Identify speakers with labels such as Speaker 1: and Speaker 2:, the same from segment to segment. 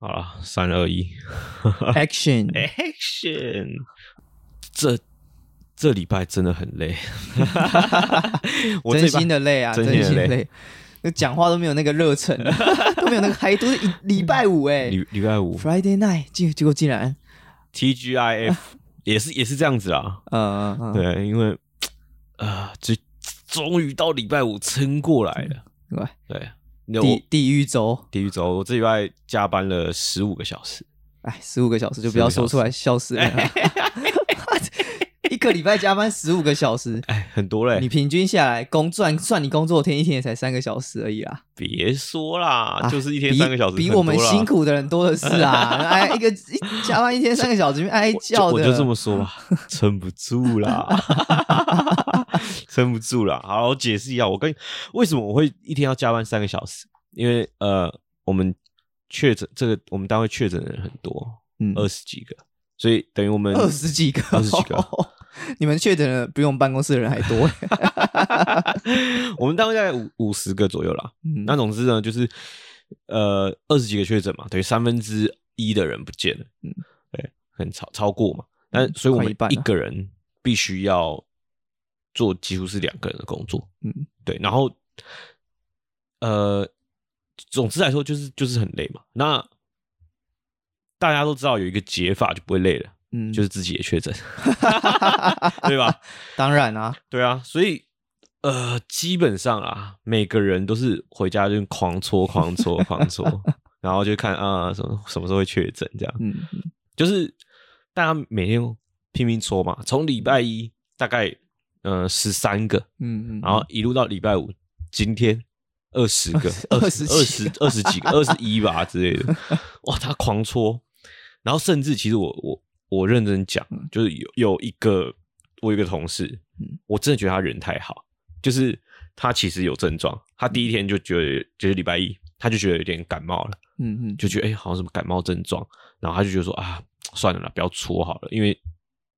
Speaker 1: 好了，三二一
Speaker 2: Action，
Speaker 1: 哎，Action！这这礼拜真的很 累，我这
Speaker 2: 真
Speaker 1: 礼拜
Speaker 2: 心的累啊，
Speaker 1: 真
Speaker 2: 真
Speaker 1: 心的
Speaker 2: 心
Speaker 1: 累
Speaker 2: 累。那讲话都没有那个热忱， 都没有那个嗨，都是一礼拜五哎、
Speaker 1: 礼礼拜五
Speaker 2: f r i d a y night，结结果竟然
Speaker 1: TGIF 也是也是这样子啦，
Speaker 2: 呃，呃，
Speaker 1: 对，因为啊，这、终于到礼拜五撑过来了，
Speaker 2: 嗯对
Speaker 1: 对，那我
Speaker 2: 地地狱周，
Speaker 1: 地狱周，我这礼拜加班了十五个小时，
Speaker 2: 哎，十五个小时就不要说出来，笑死人了。一个礼拜加班十五个小时，
Speaker 1: 哎，很多嘞
Speaker 2: 你，平均下来工赚算你工作天一天也才三个小时而已啦，
Speaker 1: 别说啦，
Speaker 2: 啊
Speaker 1: 就是一天
Speaker 2: 比
Speaker 1: 三个小时
Speaker 2: 比
Speaker 1: 很
Speaker 2: 我们
Speaker 1: 多啦
Speaker 2: 辛苦的人多的是 啊。哎，一个一加班一天三个小时，哎，
Speaker 1: 我就
Speaker 2: 叫的
Speaker 1: 我就这么说吧，撑不住啦， 撑不住啦。好，我解释一下，我跟为什么我会一天要加班三个小时，因为呃，我们确诊这个我们单位确诊的人很多，
Speaker 2: 嗯
Speaker 1: 二十几个，所以等于我们
Speaker 2: 二十几个，哦
Speaker 1: 二十几个，
Speaker 2: 你们确诊的比我们办公室的人还 多。
Speaker 1: 我们单位大概五五十个左右啦。
Speaker 2: 嗯
Speaker 1: 那总之呢，就是呃二十几个确诊嘛，等于三分之一的人不见了，嗯
Speaker 2: 嗯，
Speaker 1: 对，很超超过嘛。但所以我
Speaker 2: 快
Speaker 1: 们
Speaker 2: 一半啊
Speaker 1: 一
Speaker 2: 了
Speaker 1: 个人必须要做几乎是两个人的工作，
Speaker 2: 嗯
Speaker 1: 对，然后呃，总之来说就是就是很累嘛。那大家都知道有一个解法就不会累了，
Speaker 2: 嗯，
Speaker 1: 就是自己也 确诊， 对吧？
Speaker 2: 当然啊，
Speaker 1: 对啊，所以呃，基本上啊，每个人都是回家就狂搓、狂搓、狂搓，然后就看啊，什么什么时候会确诊，这样
Speaker 2: 嗯，
Speaker 1: 就是大家每天拼命搓嘛，从礼拜一大概呃十三个，
Speaker 2: 嗯嗯，，
Speaker 1: 然后一路到礼拜五，今天。二十个 二
Speaker 2: 20
Speaker 1: 二十二十几个， 二十一吧之类的，哇，他狂搓，然后甚至其实我我我认真讲，就是有有一个我有一个同事
Speaker 2: 嗯，
Speaker 1: 我真的觉得他人太好，就是他其实有症状，他第一天就觉得就是礼拜一，他就觉得有点感冒了，
Speaker 2: 嗯嗯，
Speaker 1: 就觉得哎、诶好像什么感冒症状，然后他就觉得说啊算了啦，不要搓好了，因为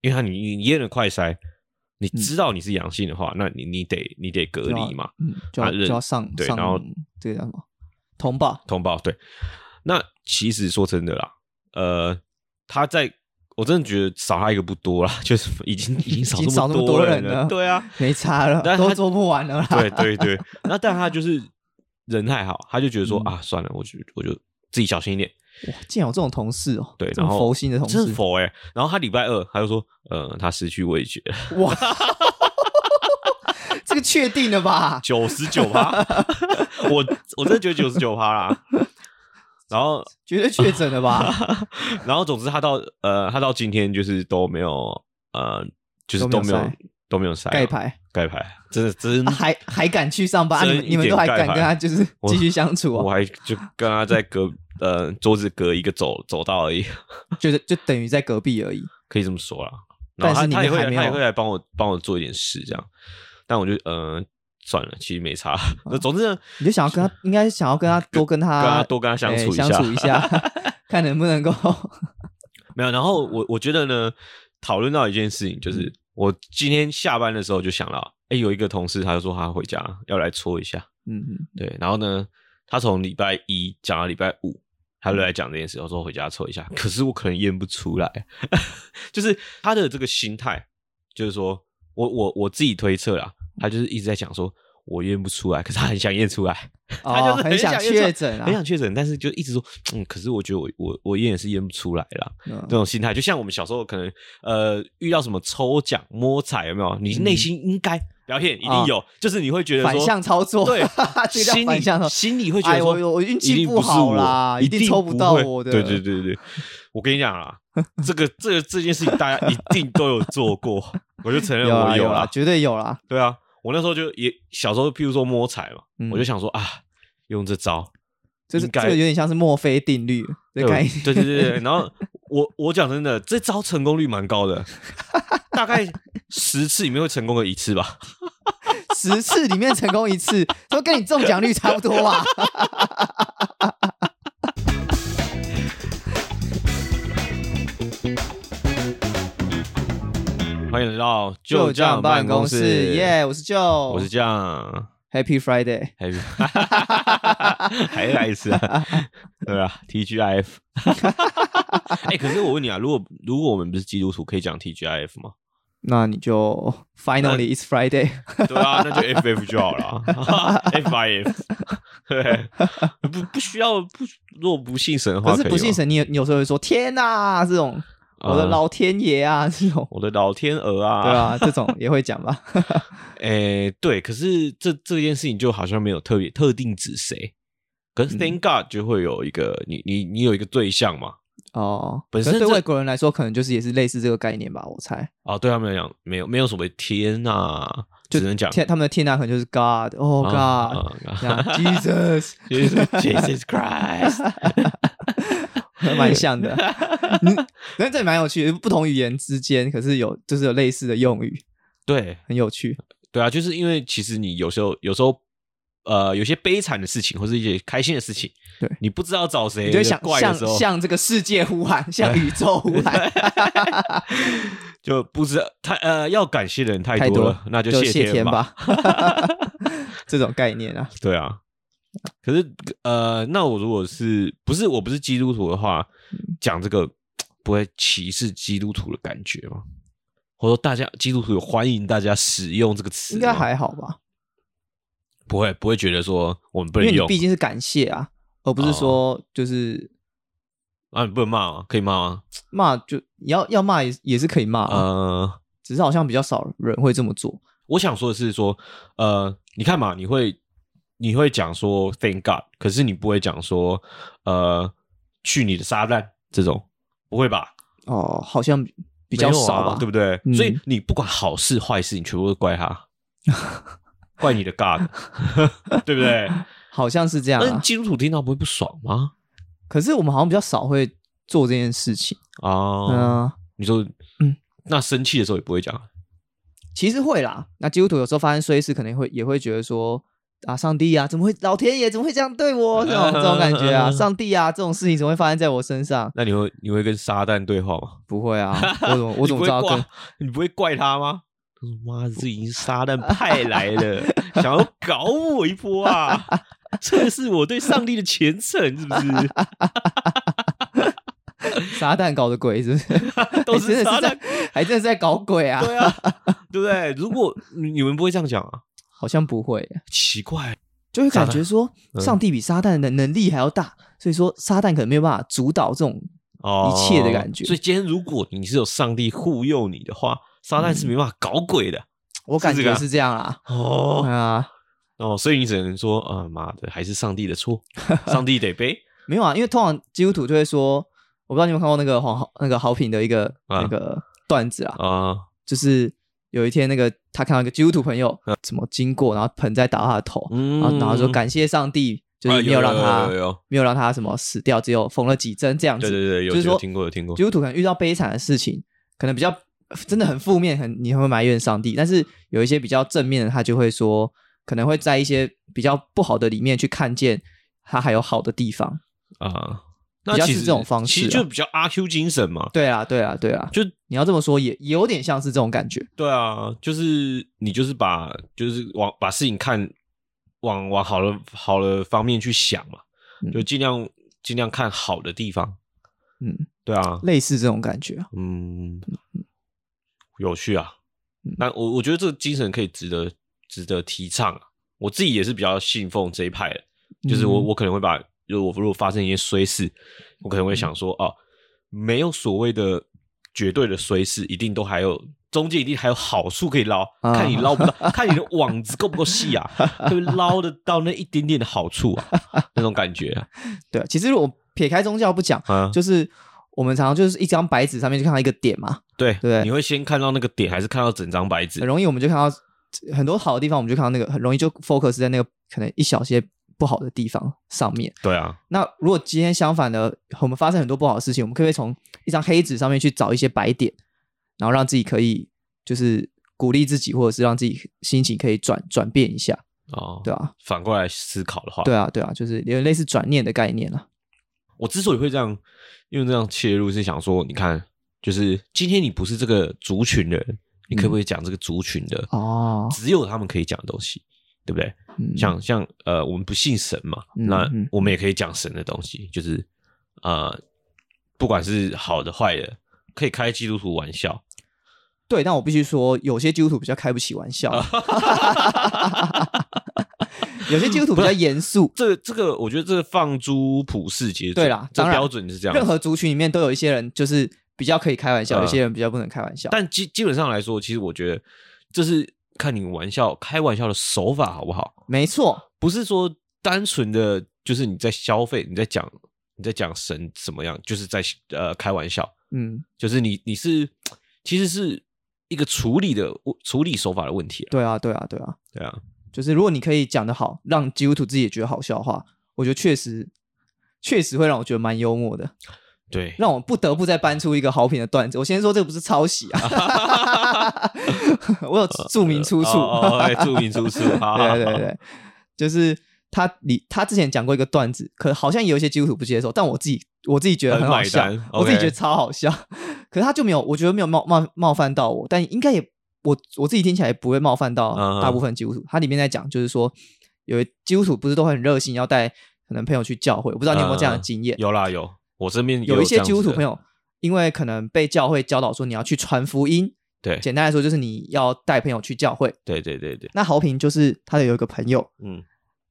Speaker 1: 因为他你你验了快筛，你知道你是阳性的话，那你你得你得隔离嘛，
Speaker 2: 嗯，就
Speaker 1: 啊
Speaker 2: 要
Speaker 1: 人
Speaker 2: 就要上
Speaker 1: 对
Speaker 2: 上
Speaker 1: 然后
Speaker 2: 这个叫什么通报，
Speaker 1: 通报对。那其实说真的啦，呃，他在我真的觉得少他一个不多啦， 就是已经已经少
Speaker 2: 已经
Speaker 1: 这
Speaker 2: 少
Speaker 1: 么
Speaker 2: 那么多
Speaker 1: 人
Speaker 2: 人了
Speaker 1: 对啊，
Speaker 2: 没差了
Speaker 1: 但，是他
Speaker 2: 都做不完了啦。
Speaker 1: 对对对。 那但他就是人太好，他就觉得说、
Speaker 2: 嗯
Speaker 1: 啊，算了，我就我就自己小心一点，
Speaker 2: 哇，竟然有这种同事哦，
Speaker 1: 对，
Speaker 2: 这
Speaker 1: 然
Speaker 2: 么
Speaker 1: 后
Speaker 2: 佛心的同
Speaker 1: 真是
Speaker 2: 事，
Speaker 1: 佛哎、然后他礼拜二他就说，呃，他失去味觉，
Speaker 2: 哇，这个确定了吧？
Speaker 1: 九十九 趴，我我真的觉得九十九趴啦。然后，
Speaker 2: 绝对确 诊了吧？
Speaker 1: 然后，总之，他到呃，他到今天就是都没有呃，就是都
Speaker 2: 都
Speaker 1: 没
Speaker 2: 没有
Speaker 1: 有
Speaker 2: 筛
Speaker 1: 都没有塞啊
Speaker 2: 盖牌
Speaker 1: 盖牌，真的哎真
Speaker 2: 啊还还敢去上班？啊
Speaker 1: 真
Speaker 2: 你
Speaker 1: 一
Speaker 2: 们
Speaker 1: 点
Speaker 2: 你们都还
Speaker 1: 盖
Speaker 2: 敢
Speaker 1: 牌
Speaker 2: 跟他就是
Speaker 1: 我
Speaker 2: 继续相处
Speaker 1: 我
Speaker 2: 哦？
Speaker 1: 还就跟他在隔呃桌子隔一个走走道而已，
Speaker 2: 就是就等于在隔壁而已。
Speaker 1: 可以这么说啦。然后
Speaker 2: 但是
Speaker 1: 他
Speaker 2: 你
Speaker 1: 他也
Speaker 2: 们
Speaker 1: 会
Speaker 2: 还
Speaker 1: 来
Speaker 2: 没
Speaker 1: 他也
Speaker 2: 有
Speaker 1: 会来帮我帮我做一点事这样，但我就呃算了，其实没
Speaker 2: 啊
Speaker 1: 差。 那总之呢，
Speaker 2: 你就想要跟他，应该想要跟他多跟他
Speaker 1: 跟他多跟他相
Speaker 2: 哎
Speaker 1: 处一下
Speaker 2: 相处一下，看能不能够
Speaker 1: 没有。然后我我觉得呢，讨论到一件事情，
Speaker 2: 嗯
Speaker 1: 就是我今天下班的时候就想到，哎，有一个同事他就说他回家要来搓一下，
Speaker 2: 嗯嗯
Speaker 1: 对，然后呢，他从礼拜一讲到礼拜五，他就来讲这件事，我说回家抽一下，可是我可能验不出来， 就是他的这个心态，就是说我我我自己推测啦，他就是一直在讲说我验不出来，可是他很想验出来， 他
Speaker 2: 哦
Speaker 1: 就是
Speaker 2: 很想
Speaker 1: 想哎验出来
Speaker 2: 确诊啊
Speaker 1: 很想确诊，但是就一直说，嗯，可是我觉得我我我验也是验不出来啦。
Speaker 2: 嗯
Speaker 1: 这种心态，就像我们小时候可能呃遇到什么抽奖摸彩有没有？你内心应该不要骗，一定
Speaker 2: 嗯啊
Speaker 1: 有，就是你会觉得
Speaker 2: 反
Speaker 1: 说
Speaker 2: 向操作，
Speaker 1: 对
Speaker 2: 这叫
Speaker 1: 心
Speaker 2: 反
Speaker 1: 里
Speaker 2: 向操作。
Speaker 1: 心里会觉得
Speaker 2: 哎，
Speaker 1: 说，
Speaker 2: 我我运
Speaker 1: 一
Speaker 2: 气
Speaker 1: 定不是
Speaker 2: 好
Speaker 1: 我
Speaker 2: 啦，
Speaker 1: 一
Speaker 2: 一定抽
Speaker 1: 不
Speaker 2: 到
Speaker 1: 会
Speaker 2: 我的。
Speaker 1: 对对对对，我跟你讲啊，这个这个这件事情大家一定都有做过，我就承认
Speaker 2: 有
Speaker 1: 我
Speaker 2: 啦有啊
Speaker 1: 啦
Speaker 2: 啦，。绝对有啦。
Speaker 1: 对啊，我那时候就也小时候，譬如说摸彩嘛，
Speaker 2: 嗯
Speaker 1: 我就想说啊，用这招，
Speaker 2: 就是
Speaker 1: 应
Speaker 2: 这
Speaker 1: 该
Speaker 2: 个有点像是墨菲定律的概念。
Speaker 1: 呃对对对对。然 后我我讲真的，这招成功率蛮高的，大概十次里面会成功个一次吧。
Speaker 2: 十次里面成功一次，都跟你中奖率差不多啊 吧？
Speaker 1: 欢迎来到
Speaker 2: 就
Speaker 1: 这样
Speaker 2: 办
Speaker 1: 公
Speaker 2: 室，耶！我是 Joe，
Speaker 1: 我是这样。
Speaker 2: Happy Friday。
Speaker 1: Happy 还来一次啊？对啊，TGIF。哎、可是我问你啊，如果如果我们不是基督徒，可以讲 TGIF 吗？
Speaker 2: 那你就 finally it's Friday，
Speaker 1: 对啊，那就 FF 就好了，FIF。对，不不需要不，如果不信神的话，
Speaker 2: 可是不信
Speaker 1: 以吗，哦
Speaker 2: 神，你有你有时候会说天呐这种，我的
Speaker 1: 嗯
Speaker 2: 老天爷啊这种，
Speaker 1: 我的老天鹅啊，
Speaker 2: 对啊，这种也会讲吧？
Speaker 1: 诶、对，可是这这件事情就好像没有特别特定指谁，可
Speaker 2: 嗯
Speaker 1: 是 Thank God 就会有一个你你你有一个对象嘛？
Speaker 2: 哦，
Speaker 1: 本身
Speaker 2: 可是对
Speaker 1: 这
Speaker 2: 外国人来说，可能就是也是类似这个概念吧，我猜。
Speaker 1: 哦，对他们来讲，没有没有所谓天呐、
Speaker 2: 就
Speaker 1: 只能讲，Oh
Speaker 2: 天，他们的天呐可能就是 God，哦
Speaker 1: 啊
Speaker 2: God，这样 Jesus，
Speaker 1: 就是 Jesus Christ，
Speaker 2: 蛮像的。嗯，那这也蛮有趣的，不同语言之间可是有就是有类似的用语，
Speaker 1: 对
Speaker 2: 很有趣。
Speaker 1: 对啊，就是因为其实你有时候有时候。呃，有些悲惨的事情，或是一些开心的事情，
Speaker 2: 对
Speaker 1: 你不知道找谁
Speaker 2: 你就会想
Speaker 1: 怪的
Speaker 2: 向
Speaker 1: 时候，
Speaker 2: 向这个世界 呼喊，向宇宙呼喊，
Speaker 1: 就不知道太呃要感谢的人太
Speaker 2: 太
Speaker 1: 多
Speaker 2: 多
Speaker 1: 了，那
Speaker 2: 就
Speaker 1: 谢
Speaker 2: 谢天
Speaker 1: 吧。
Speaker 2: 吧，这种概念啊。
Speaker 1: 对啊，可是呃，那我如果是不是我不是基督徒的话，
Speaker 2: 嗯
Speaker 1: 讲这个不会歧视基督徒的感觉吗？或者说大家基督徒有欢迎大家使用这个词
Speaker 2: 应
Speaker 1: 吗，
Speaker 2: 该还好吧，
Speaker 1: 不会不会觉得说我们不
Speaker 2: 因为
Speaker 1: 能
Speaker 2: 你
Speaker 1: 用哦
Speaker 2: 毕竟是感谢啊，而不是说就是
Speaker 1: 啊，你不能骂吗？可以骂啊吗？
Speaker 2: 骂就你要要骂也也是可以骂、啊，
Speaker 1: 呃，
Speaker 2: 只是好像比较少人会这么做。
Speaker 1: 我想说的是说，呃，你看嘛，你会你会讲说 Thank God，可是你不会讲说呃去你的撒旦这种，不会吧？
Speaker 2: 哦，好像比较
Speaker 1: 没有
Speaker 2: 少吧，
Speaker 1: 啊，对不对？
Speaker 2: 嗯
Speaker 1: 所以你不管好事坏事，你全部都怪 他，怪你的 God，对不对？
Speaker 2: 好像是这样
Speaker 1: 那
Speaker 2: 啊。
Speaker 1: 基督徒听到不会不爽吗？
Speaker 2: 可是我们好像比较少会做这件事情。
Speaker 1: 哦，
Speaker 2: 嗯、
Speaker 1: 你说，
Speaker 2: 嗯
Speaker 1: 那生气的时候也不会讲，啊
Speaker 2: 其实会啦。那基督徒有时候发生衰事，可能会也会觉得说。啊，上帝啊，怎么会老天爷怎么会这样对我？这种这种感觉 啊，上帝啊，这种事情怎么会发生在我身上？
Speaker 1: 那你会你会跟撒旦对话吗？
Speaker 2: 不会啊，我怎么我怎么知道
Speaker 1: 你不会
Speaker 2: 跟
Speaker 1: 挂你不会怪他 吗？他说妈，这已经撒旦派来了，想要搞我一波啊！这是我对上帝的虔诚，是不 是？
Speaker 2: 撒旦搞的鬼是不是？
Speaker 1: 都
Speaker 2: 还
Speaker 1: 是
Speaker 2: 真的
Speaker 1: 撒
Speaker 2: 是
Speaker 1: 旦
Speaker 2: 在，还真的是在搞鬼啊！
Speaker 1: 对啊，对不对？如果你你们不会这样讲啊，
Speaker 2: 好像不会，啊
Speaker 1: 奇怪，
Speaker 2: 就会感觉说
Speaker 1: 嗯
Speaker 2: 上帝比撒旦的能力还要大，所以说撒旦可能没有办法主导这种。
Speaker 1: 哦
Speaker 2: 一切的感觉
Speaker 1: 所以今天如果你是有上帝护佑你的话，撒旦是没办法搞鬼的、
Speaker 2: 我感
Speaker 1: 是这个
Speaker 2: 觉
Speaker 1: 啊
Speaker 2: 是这样啦，
Speaker 1: 哦
Speaker 2: 啊，
Speaker 1: 哦，所以你只能说啊妈的，还是上帝的 错，上帝得背。
Speaker 2: 没有啊，因为通常基督徒就会说，我不知道你们看过那个黄那个好品的一个
Speaker 1: 啊
Speaker 2: 那个段子啊，
Speaker 1: 啊
Speaker 2: 就是有一天那个他看到一个基督徒朋友怎么经过，然后盆栽打到他的头，
Speaker 1: 嗯
Speaker 2: 然啊后然后说感谢上帝，就是没有让
Speaker 1: 啊有
Speaker 2: 他
Speaker 1: 有有有有
Speaker 2: 没有让他什么死掉，只有缝了几针这样子。
Speaker 1: 对对对，有
Speaker 2: 就是
Speaker 1: 有
Speaker 2: 说
Speaker 1: 听过有听过
Speaker 2: 基，督徒可能遇到悲惨的事情，可能比较真的很负面，很你会埋怨上帝。但是有一些比较正面的，他就会说，可能会在一些比较不好的里面去看见他还有好的地方。
Speaker 1: 啊。那
Speaker 2: 比较
Speaker 1: 其
Speaker 2: 是
Speaker 1: 实
Speaker 2: 这种方式
Speaker 1: 其实
Speaker 2: 啊
Speaker 1: 就比较阿 Q 精神嘛。
Speaker 2: 对啊，对啊，对啊，
Speaker 1: 就
Speaker 2: 你要这么说也，也有点像是这种感觉。
Speaker 1: 对啊，就是你就是把就是往把事情看往往好的好的方面去想嘛，
Speaker 2: 嗯
Speaker 1: 就尽量尽量看好的地方。
Speaker 2: 嗯，
Speaker 1: 对啊，
Speaker 2: 类似这种感觉啊。
Speaker 1: 嗯，有趣啊
Speaker 2: 嗯。
Speaker 1: 那我我觉得这个精神可以值得值得提倡啊。我自己也是比较信奉这一派的，就是我
Speaker 2: 嗯
Speaker 1: 我可能会把，就我如果发生一件衰事，我可能会
Speaker 2: 嗯
Speaker 1: 想说，哦，没有所谓的绝对的衰事，一定都还有中间一定还有好处可以捞，
Speaker 2: 啊
Speaker 1: 看你捞 不到，看你的网子够不够细啊，会不会捞得到那一点点的好处啊，那种感觉啊
Speaker 2: 对啊，其实如果撇开宗教不讲，
Speaker 1: 啊，
Speaker 2: 就是我们常常就是一张白纸上面就看到一个点嘛，
Speaker 1: 对
Speaker 2: 对
Speaker 1: 你会先看到那个点，还是看到整张白纸
Speaker 2: 很？容易我们就看到很多好的地方，我们就看到那个很容易就 focus 在那个可能一小些不好的地方上面。
Speaker 1: 对啊，
Speaker 2: 那如果今天相反的，我们发生很多不好的事情，我们可不可以从一张黑纸上面去找一些白点，然后让自己可以就是鼓励自己，或者是让自己心情可以转转变一下，
Speaker 1: 哦，
Speaker 2: 对啊？
Speaker 1: 反过来思考的话，
Speaker 2: 对啊，对啊，就是有点类似转念的概念了。
Speaker 1: 我之所以会这样用这样切入，是想说，你看，就是今天你不是这
Speaker 2: 嗯
Speaker 1: 个族群的人，你可不可以讲这个族群的？
Speaker 2: 哦，
Speaker 1: 只有他们可以讲的东西，对不对？
Speaker 2: 嗯
Speaker 1: 像像呃，我们不信神嘛，
Speaker 2: 嗯
Speaker 1: 那
Speaker 2: 嗯
Speaker 1: 我们也可以讲神的东西，就是呃，不管是好的坏的，可以开基督徒玩笑，
Speaker 2: 对，但我必须说，有些基督徒比较开不起 玩笑，有些基督徒比较严肃。
Speaker 1: 这这个我觉得这个放诸普世皆准，
Speaker 2: 对啦
Speaker 1: 这
Speaker 2: 当然
Speaker 1: 标准是这样。
Speaker 2: 任何族群里面都有一些人就是比较可以开玩笑，
Speaker 1: 嗯
Speaker 2: 有些人比较不能开玩笑。
Speaker 1: 但基基本上来说，其实我觉得这是看你玩笑开玩笑的手法好不好，
Speaker 2: 没错，
Speaker 1: 不是说单纯的就是你在消费，你在讲你在讲神怎么样，就是在呃开玩笑，
Speaker 2: 嗯，
Speaker 1: 就是你你是其实是一个处理的处理手法的问题了，
Speaker 2: 对啊，对啊，对啊，
Speaker 1: 对啊，
Speaker 2: 就是如果你可以讲得好，让基督徒自己也觉得好笑的话，我觉得确实确实会让我觉得蛮幽默的，
Speaker 1: 对，
Speaker 2: 让我不得不再搬出一个好评的段子。我先说这不是抄袭 啊，我有注明出处。
Speaker 1: 哦哦哎注明出处， 好好好
Speaker 2: 对对啊对，就是他你他之前讲过一个段子，可好像有一些基督徒不接受，但我自己我自己觉得很好笑
Speaker 1: 很买单，
Speaker 2: 我自己
Speaker 1: OK
Speaker 2: 觉得超好笑。可是他就没有，我觉得没有冒冒冒犯到我，但应该也我我自己听起来也不会冒犯到
Speaker 1: 嗯嗯
Speaker 2: 大部分基督徒。他里面在讲就是说，有基督徒不是都会很热心要带可能朋友去教会，我不知道你有没有这样的
Speaker 1: 嗯
Speaker 2: 经验？
Speaker 1: 有啦有，我身边也
Speaker 2: 有一些基督徒朋
Speaker 1: 友
Speaker 2: 友，因为可能被教会教导说你要去传福音，
Speaker 1: 这样子的，
Speaker 2: 简单来说就是你要带朋友去教会。
Speaker 1: 对对对对对，
Speaker 2: 那豪平就是他的有一个朋友，
Speaker 1: 嗯，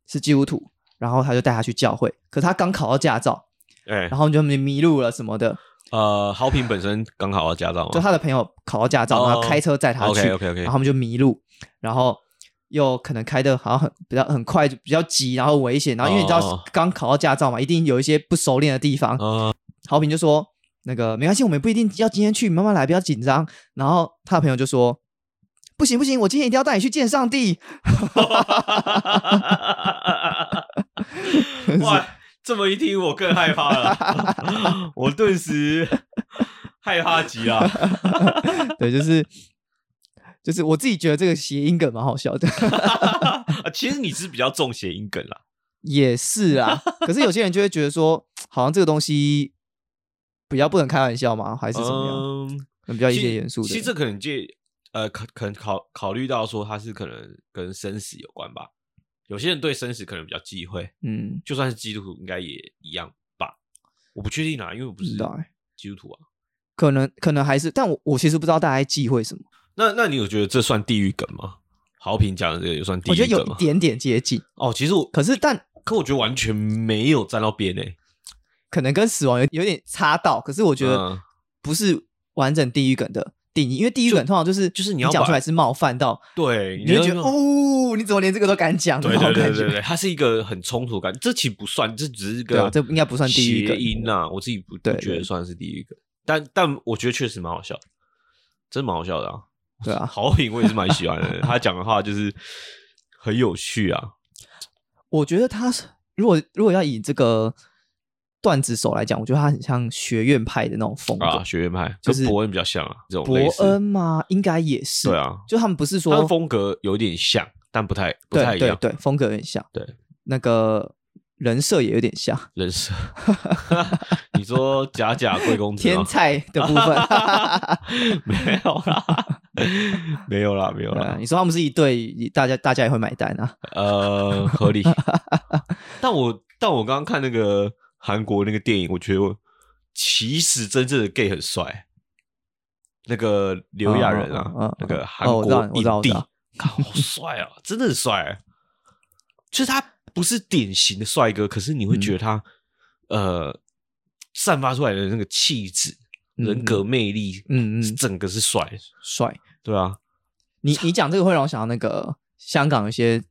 Speaker 2: 是基督徒，然后他就带他去教会。可他刚考到驾照，
Speaker 1: 哎
Speaker 2: 然，后就迷迷路了什么的。
Speaker 1: 呃，好评本身刚好要驾照嘛，
Speaker 2: 就他的朋友考到驾照，
Speaker 1: 哦
Speaker 2: 然后开车载他去
Speaker 1: OK，OK，OK
Speaker 2: 然后他们就迷路，然后又可能开的好像很比较很快，就比较急，然后危险。然后因为你知
Speaker 1: 哦
Speaker 2: 道刚考到驾照嘛，一定有一些不熟练的地方。
Speaker 1: 哦
Speaker 2: 好评就说那个没关系，我们不一定要今天去，慢慢来，不要紧张。然后他的朋友就说。不行不行，我今天一定要带你去见上帝。
Speaker 1: 哇，这么一听，我更害怕 了，我顿时害怕极了。
Speaker 2: 对，就是就是我自己觉得这个谐音梗蛮好笑的。
Speaker 1: 啊其实你是比较重谐音梗啦，
Speaker 2: 也是 啦，可是有些人就会觉得说，好像这个东西比较不能开玩笑嘛，还是怎么样？
Speaker 1: 嗯，
Speaker 2: 比较一
Speaker 1: 其
Speaker 2: 些严肃的。
Speaker 1: 其实这可能介呃，可可能考考虑到说它是可能跟生死有关吧。有些人对生死可能比较忌讳，
Speaker 2: 嗯，
Speaker 1: 就算是基督徒应该也一样吧。我不确定啊，因为我不
Speaker 2: 不知
Speaker 1: 是
Speaker 2: 道哎、
Speaker 1: 基督徒啊。
Speaker 2: 可能可能还是，但我我其实不知道大家忌讳什么，
Speaker 1: 那那你有觉得这算地狱梗吗？好评讲的这个也算地
Speaker 2: 我觉得
Speaker 1: 狱
Speaker 2: 有
Speaker 1: 梗
Speaker 2: 一
Speaker 1: 吗？
Speaker 2: 点点接近，
Speaker 1: 哦，其实我
Speaker 2: 可是但
Speaker 1: 可我觉得完全没有沾到边欸诶、
Speaker 2: 可能跟死亡有有点差到，可是我
Speaker 1: 嗯
Speaker 2: 觉得不是完整地狱梗的定义，因为地狱梗通常就是
Speaker 1: 就是你
Speaker 2: 你
Speaker 1: 要
Speaker 2: 讲
Speaker 1: 把
Speaker 2: 出来是冒犯到，
Speaker 1: 对，
Speaker 2: 你会觉得
Speaker 1: 那种
Speaker 2: 哦，你怎么连这个都敢讲？
Speaker 1: 对
Speaker 2: 那
Speaker 1: 对
Speaker 2: 种
Speaker 1: 对
Speaker 2: 感觉
Speaker 1: 对对，它是一个很冲突的感，这其实不算，这只是一
Speaker 2: 对
Speaker 1: 个
Speaker 2: 啊这应该不算地狱梗
Speaker 1: 谐音呐、我自己不不
Speaker 2: 对对
Speaker 1: 觉得算是地狱梗，但但我觉得确实蛮好笑的，真蛮好笑的啊。
Speaker 2: 对啊
Speaker 1: 好评我也是蛮喜欢 的，他讲的话就是很有趣啊。
Speaker 2: 我觉得他是如果如果要以这个段子手来讲，我觉得他很像学院派的那种风格。
Speaker 1: 啊，学院派
Speaker 2: 嗯就
Speaker 1: 跟
Speaker 2: 是
Speaker 1: 伯恩比较像啊，这种
Speaker 2: 伯
Speaker 1: 类似
Speaker 2: 恩吗？应该也是。
Speaker 1: 对，啊，
Speaker 2: 就他们不是
Speaker 1: 他的
Speaker 2: 说
Speaker 1: 风格有点像，但不太不太
Speaker 2: 对
Speaker 1: 一
Speaker 2: 对
Speaker 1: 样。
Speaker 2: 对，风格有点像。
Speaker 1: 对，
Speaker 2: 那个人设也有点像
Speaker 1: 人 设，你说假假贵公子
Speaker 2: 天
Speaker 1: 吗？
Speaker 2: 才的部分。
Speaker 1: 没有啦，没有啦，没有
Speaker 2: 对啊
Speaker 1: 啦，
Speaker 2: 你说他们是一对，大家大家也会买单啊。
Speaker 1: 呃，合理。 但我但我刚刚看那个韩国那个电影，我觉得我其实真正的 gay 很帅，那个刘亚仁啊，
Speaker 2: 嗯嗯嗯嗯
Speaker 1: 那个韩
Speaker 2: 哦我
Speaker 1: 国
Speaker 2: 知道我知道
Speaker 1: 影
Speaker 2: 我
Speaker 1: 帝，
Speaker 2: 知
Speaker 1: 靠好
Speaker 2: 道，
Speaker 1: 帅啊，真的很帅、就是他不是典型的帅哥，可是你会觉得
Speaker 2: 嗯
Speaker 1: 他、呃散发出来的那个气质、
Speaker 2: 嗯
Speaker 1: 人格魅力，
Speaker 2: 嗯嗯
Speaker 1: 是整个是帅的，
Speaker 2: 帅，
Speaker 1: 对啊，
Speaker 2: 你你讲这个会让我想到那个香港有些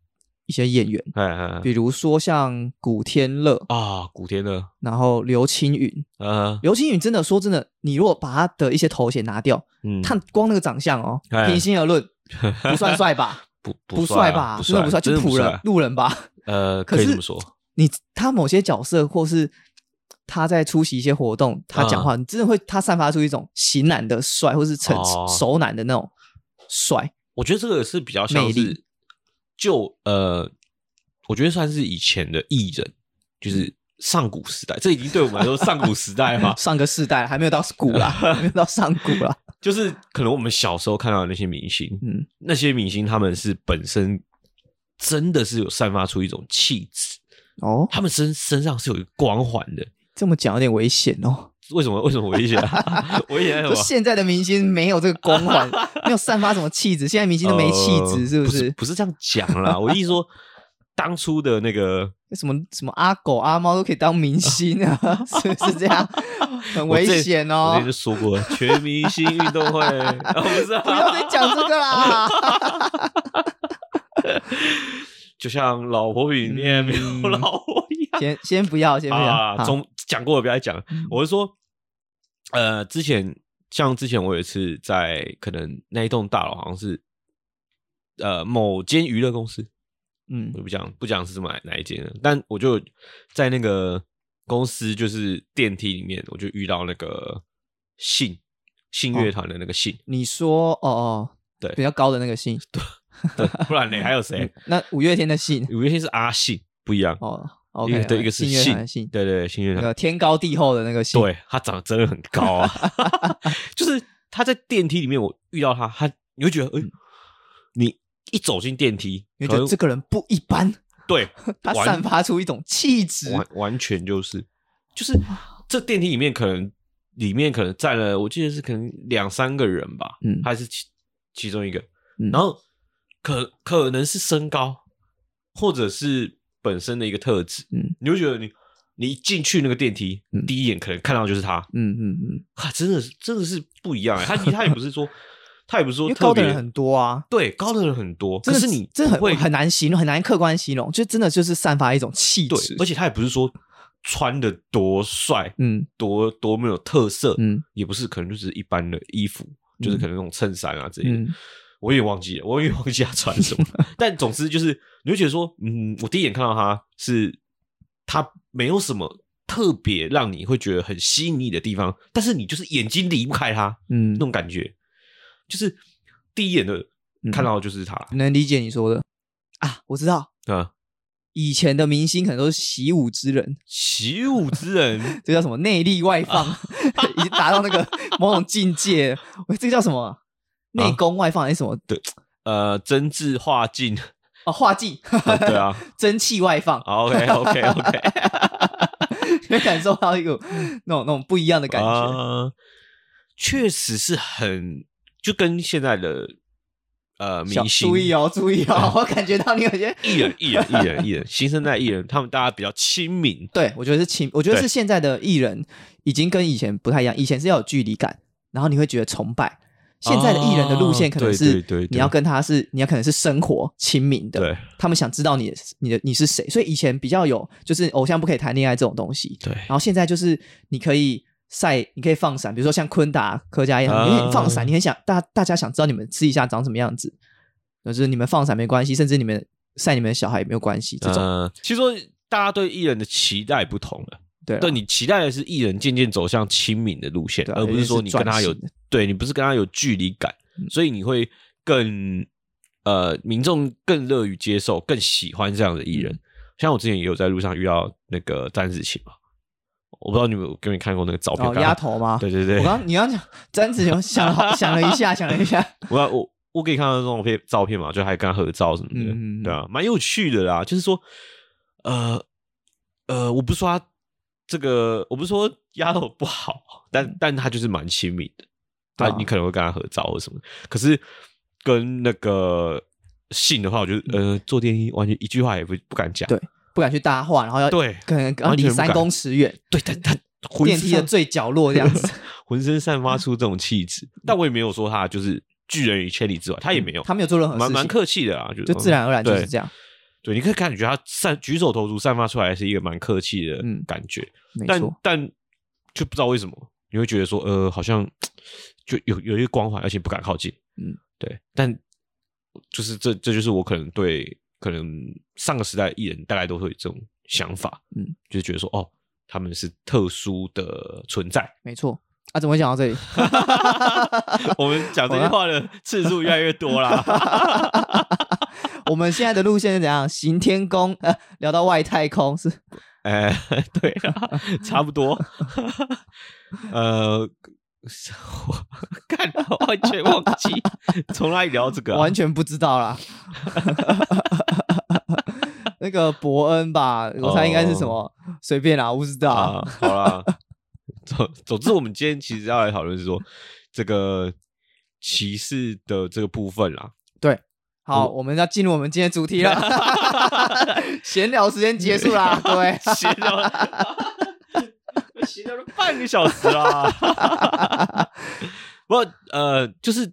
Speaker 2: 一些演员，
Speaker 1: 哎哎
Speaker 2: 比如说像古天乐，
Speaker 1: 啊，古天乐，
Speaker 2: 然后刘青云，
Speaker 1: 呃，
Speaker 2: 刘青云真的说真的，你如果把他的一些头衔拿掉，
Speaker 1: 嗯，
Speaker 2: 看光那个长相哦，
Speaker 1: 哎
Speaker 2: 平心而论，不算 帅吧？
Speaker 1: 不
Speaker 2: 不
Speaker 1: 帅
Speaker 2: 帅
Speaker 1: 啊
Speaker 2: 吧？
Speaker 1: 不
Speaker 2: 真的不帅，就
Speaker 1: 不
Speaker 2: 普人
Speaker 1: 帅
Speaker 2: 路人吧？
Speaker 1: 呃，
Speaker 2: 可
Speaker 1: 可以这
Speaker 2: 是
Speaker 1: 么说，
Speaker 2: 你他某些角色或是他在出席一些活动，他讲
Speaker 1: 嗯
Speaker 2: 话，你真的会他散发出一种型男的帅，或是成
Speaker 1: 哦
Speaker 2: 熟男的那种 帅。
Speaker 1: 我觉得这个是比较像
Speaker 2: 魅力
Speaker 1: 是就呃，我觉得算是以前的艺人，就是上古时代，这已经对我们来说上古时代 嘛，
Speaker 2: 上个世代还没有到古啦，还没有到上古啦。
Speaker 1: 就是可能我们小时候看到的那些明星，
Speaker 2: 嗯，
Speaker 1: 那些明星他们是本身真的是有散发出一种气质，
Speaker 2: 哦，
Speaker 1: 他们身身上是有一个光环的。
Speaker 2: 这么讲有点危险哦。
Speaker 1: 为什么？为什么危险、 啊？危险在什
Speaker 2: 就
Speaker 1: 么？
Speaker 2: 现在的明星没有这个光环，没有散发什么气质，现在明星都没气
Speaker 1: 呃
Speaker 2: 质，是
Speaker 1: 不
Speaker 2: 是？
Speaker 1: 不是这样讲 啦，我意思说，当初的那个
Speaker 2: 什么什么阿狗阿猫都可以当明星啊， 是不是 这样？很危险
Speaker 1: 我
Speaker 2: 哦
Speaker 1: 之前！就说过了，全明星运动会，啊、不是、啊，
Speaker 2: 不要再讲这 个啦！
Speaker 1: 就像老婆饼里面
Speaker 2: 嗯
Speaker 1: 没有老婆一 样、
Speaker 2: 先先不要，先不要。
Speaker 1: 啊。
Speaker 2: 好
Speaker 1: 中讲过了，不要再讲了。
Speaker 2: 嗯
Speaker 1: 我是说，呃，之前像之前我有一次在可能那一栋大楼，好像是呃某间娱乐公司，
Speaker 2: 嗯
Speaker 1: 我不讲不讲是什么哪哪一间了，但我就在那个公司就是电梯里面，我就遇到那个信信
Speaker 2: 哦
Speaker 1: 乐团的那个信，
Speaker 2: 你说哦哦，
Speaker 1: 对
Speaker 2: 比较高的那个信，
Speaker 1: 对，不然嘞还有 谁？
Speaker 2: 那五月天的信
Speaker 1: 五月天是阿信，不一样，
Speaker 2: 哦
Speaker 1: 一个
Speaker 2: ，OK，
Speaker 1: 对一个是
Speaker 2: 信乐团的
Speaker 1: 信
Speaker 2: 信，
Speaker 1: 对对对信乐
Speaker 2: 那
Speaker 1: 团，
Speaker 2: 个天高地厚的那个信，
Speaker 1: 对他长得真的很高 啊， 就是他在电梯里面我遇到他，他你会觉得，哎、你一走进电梯，
Speaker 2: 嗯你会觉
Speaker 1: 可
Speaker 2: 得
Speaker 1: 能
Speaker 2: 这个人不一般，
Speaker 1: 对
Speaker 2: 他
Speaker 1: 完
Speaker 2: 散发出一种气质。
Speaker 1: 完完全就是就是这电梯里面可能里面可能站了，我记得是可能两三个人吧，
Speaker 2: 嗯
Speaker 1: 还是其其中一个，
Speaker 2: 嗯
Speaker 1: 然后可可能是身高，或者是本身的一个特质，
Speaker 2: 嗯
Speaker 1: 你会觉得你你一进去那个电梯，
Speaker 2: 嗯
Speaker 1: 第一眼可能看到就是他，
Speaker 2: 嗯嗯嗯，
Speaker 1: 啊，真的是真的是不一样哎、欸，他他也不是说他也不是
Speaker 2: 因
Speaker 1: 说
Speaker 2: 为高
Speaker 1: 特
Speaker 2: 的
Speaker 1: 别
Speaker 2: 人很多啊，
Speaker 1: 对高的人很多，
Speaker 2: 真
Speaker 1: 可
Speaker 2: 的
Speaker 1: 是你
Speaker 2: 真的
Speaker 1: 不会
Speaker 2: 很很难形容，很难客观形容，就真的就是散发一种气
Speaker 1: 对
Speaker 2: 质，
Speaker 1: 而。且他也不是说穿的多帅，
Speaker 2: 嗯
Speaker 1: 多多么有特色，
Speaker 2: 嗯
Speaker 1: 也不是，可能就是一般的衣服，就是可能那种衬衫啊之类的。
Speaker 2: 嗯，
Speaker 1: 我有点忘记了，我有点忘记他穿什么了， 但总之就是，你会觉得说，嗯，我第一眼看到他是，他没有什么特别让你会觉得很吸引你的地方，但是你就是眼睛离不开他，
Speaker 2: 嗯
Speaker 1: 那种感觉，就是第一眼的
Speaker 2: 嗯
Speaker 1: 看到的就是他
Speaker 2: 能理解你说的啊，我知道。
Speaker 1: 啊，
Speaker 2: 以前的明星可能都是习武之人，
Speaker 1: 习武之人
Speaker 2: 这叫什么内力外放， 已经达到那个某种境界。我这个叫什么啊内功外放还是什么？
Speaker 1: 呃，真智化境，
Speaker 2: 哦，化技，
Speaker 1: 啊对啊
Speaker 2: 真气外放，
Speaker 1: ，OK OK OK，
Speaker 2: 你会感受到一个那种那种不一样的感觉。
Speaker 1: 啊确实是很就跟现在的呃
Speaker 2: 小
Speaker 1: 明星
Speaker 2: 注意哦，注 意哦，我感觉到你有些
Speaker 1: 艺 人、艺人、艺人、艺人，新生代艺人，他们大家比较亲民，
Speaker 2: 对，我觉得是亲，我觉得
Speaker 1: 对
Speaker 2: 是现在的艺人已经跟以前不太一样，以前是要有距离感，然后你会觉得崇拜。现在的艺人的路线可能
Speaker 1: 哦
Speaker 2: 是
Speaker 1: 对对对对
Speaker 2: 你要跟他是你要可能是生活亲民的，
Speaker 1: 对
Speaker 2: 他们想知道你的你的你是谁，所以以前比较有就是偶像不可以谈恋爱这种东西，
Speaker 1: 对
Speaker 2: 然后现在就是你可以晒，你可以放闪，比如说像昆达、柯佳燕，因为你
Speaker 1: 啊
Speaker 2: 放闪，你很想大大家想知道你们私底下长什么样子，就是你们放闪没关系，甚至你们晒你们的小孩也没有关系，这种、
Speaker 1: 呃，其实说大家对艺人的期待不同了。
Speaker 2: 对啊
Speaker 1: 对你期待的是艺人渐渐走向亲民的路线，
Speaker 2: 对啊
Speaker 1: 而不是说你跟他
Speaker 2: 有
Speaker 1: 有
Speaker 2: 点是转型的嗯
Speaker 1: 对你不是跟他有距离感，所以你会更呃，民众更乐于接受，更喜欢这样的艺人。
Speaker 2: 嗯
Speaker 1: 像我之前也有在路上遇到那个詹子琪嘛，我不知道你们有给你看过那个照片，
Speaker 2: 哦
Speaker 1: 刚刚
Speaker 2: 丫头吗？
Speaker 1: 对对对
Speaker 2: 我，刚你要讲詹子雄想了好想了一下，想了一下，
Speaker 1: 我我我给你看到那种片照片嘛，就还跟他合照什么的，
Speaker 2: 嗯嗯嗯
Speaker 1: 对啊，蛮有趣的啦。就是说，呃呃，我不是说他这个，我不是说丫头不好，但但他就是蛮亲密的，他、
Speaker 2: 嗯对啊
Speaker 1: 你可能会跟他合照或什么，可是跟那个信的话，我觉得呃，坐电梯完全一句话也不不敢讲，
Speaker 2: 嗯对不敢去搭话，然后要
Speaker 1: 对
Speaker 2: 可能要
Speaker 1: 完全
Speaker 2: 离
Speaker 1: 不敢
Speaker 2: 三公尺远，
Speaker 1: 对，但他
Speaker 2: 电梯的
Speaker 1: 最。
Speaker 2: 最角落这 样子，
Speaker 1: 浑身散发出这种气质，但我也没有说他就是拒人于千里之外，他也没有，
Speaker 2: 嗯他没有做任何事
Speaker 1: 蛮
Speaker 2: 情，
Speaker 1: 蛮客气的啊，就
Speaker 2: 就自然而然就是
Speaker 1: 对
Speaker 2: 这样，
Speaker 1: 对，你可以感觉他散举手投足散发出来是一个蛮客气的
Speaker 2: 嗯
Speaker 1: 感觉，
Speaker 2: 没
Speaker 1: 但
Speaker 2: 错，
Speaker 1: 但就不知道为什么你会觉得说，呃，好像就有有一个光环，而且不敢靠近。
Speaker 2: 嗯，
Speaker 1: 对。但就是这这就是我可能对可能上个时代的艺人大概都会有这种想法，
Speaker 2: 嗯，
Speaker 1: 就是觉得说，哦，他们是特殊的存 在。
Speaker 2: 没错。啊，怎么会讲到这里？
Speaker 1: 我们讲这句话的次数越来越多 啦。
Speaker 2: 我们现在的路线是怎样？行天宫，呃，聊到外太空是
Speaker 1: 哎， 对啊，差不多。 呃， 我看我完 全忘记从哪里聊这个啊、
Speaker 2: 完全不知道啦。 那个伯恩吧，我猜应该是什么，随便啦，我不知道。
Speaker 1: 哦啊，好啦，总总之，我们今天其实要来讨论是说这个歧视的这个部分啦。
Speaker 2: 好，我们要进入我们今天的主题 了，闲聊时间结束 啦，各位。
Speaker 1: 闲聊，闲聊了半个小时啦。 不，呃，就是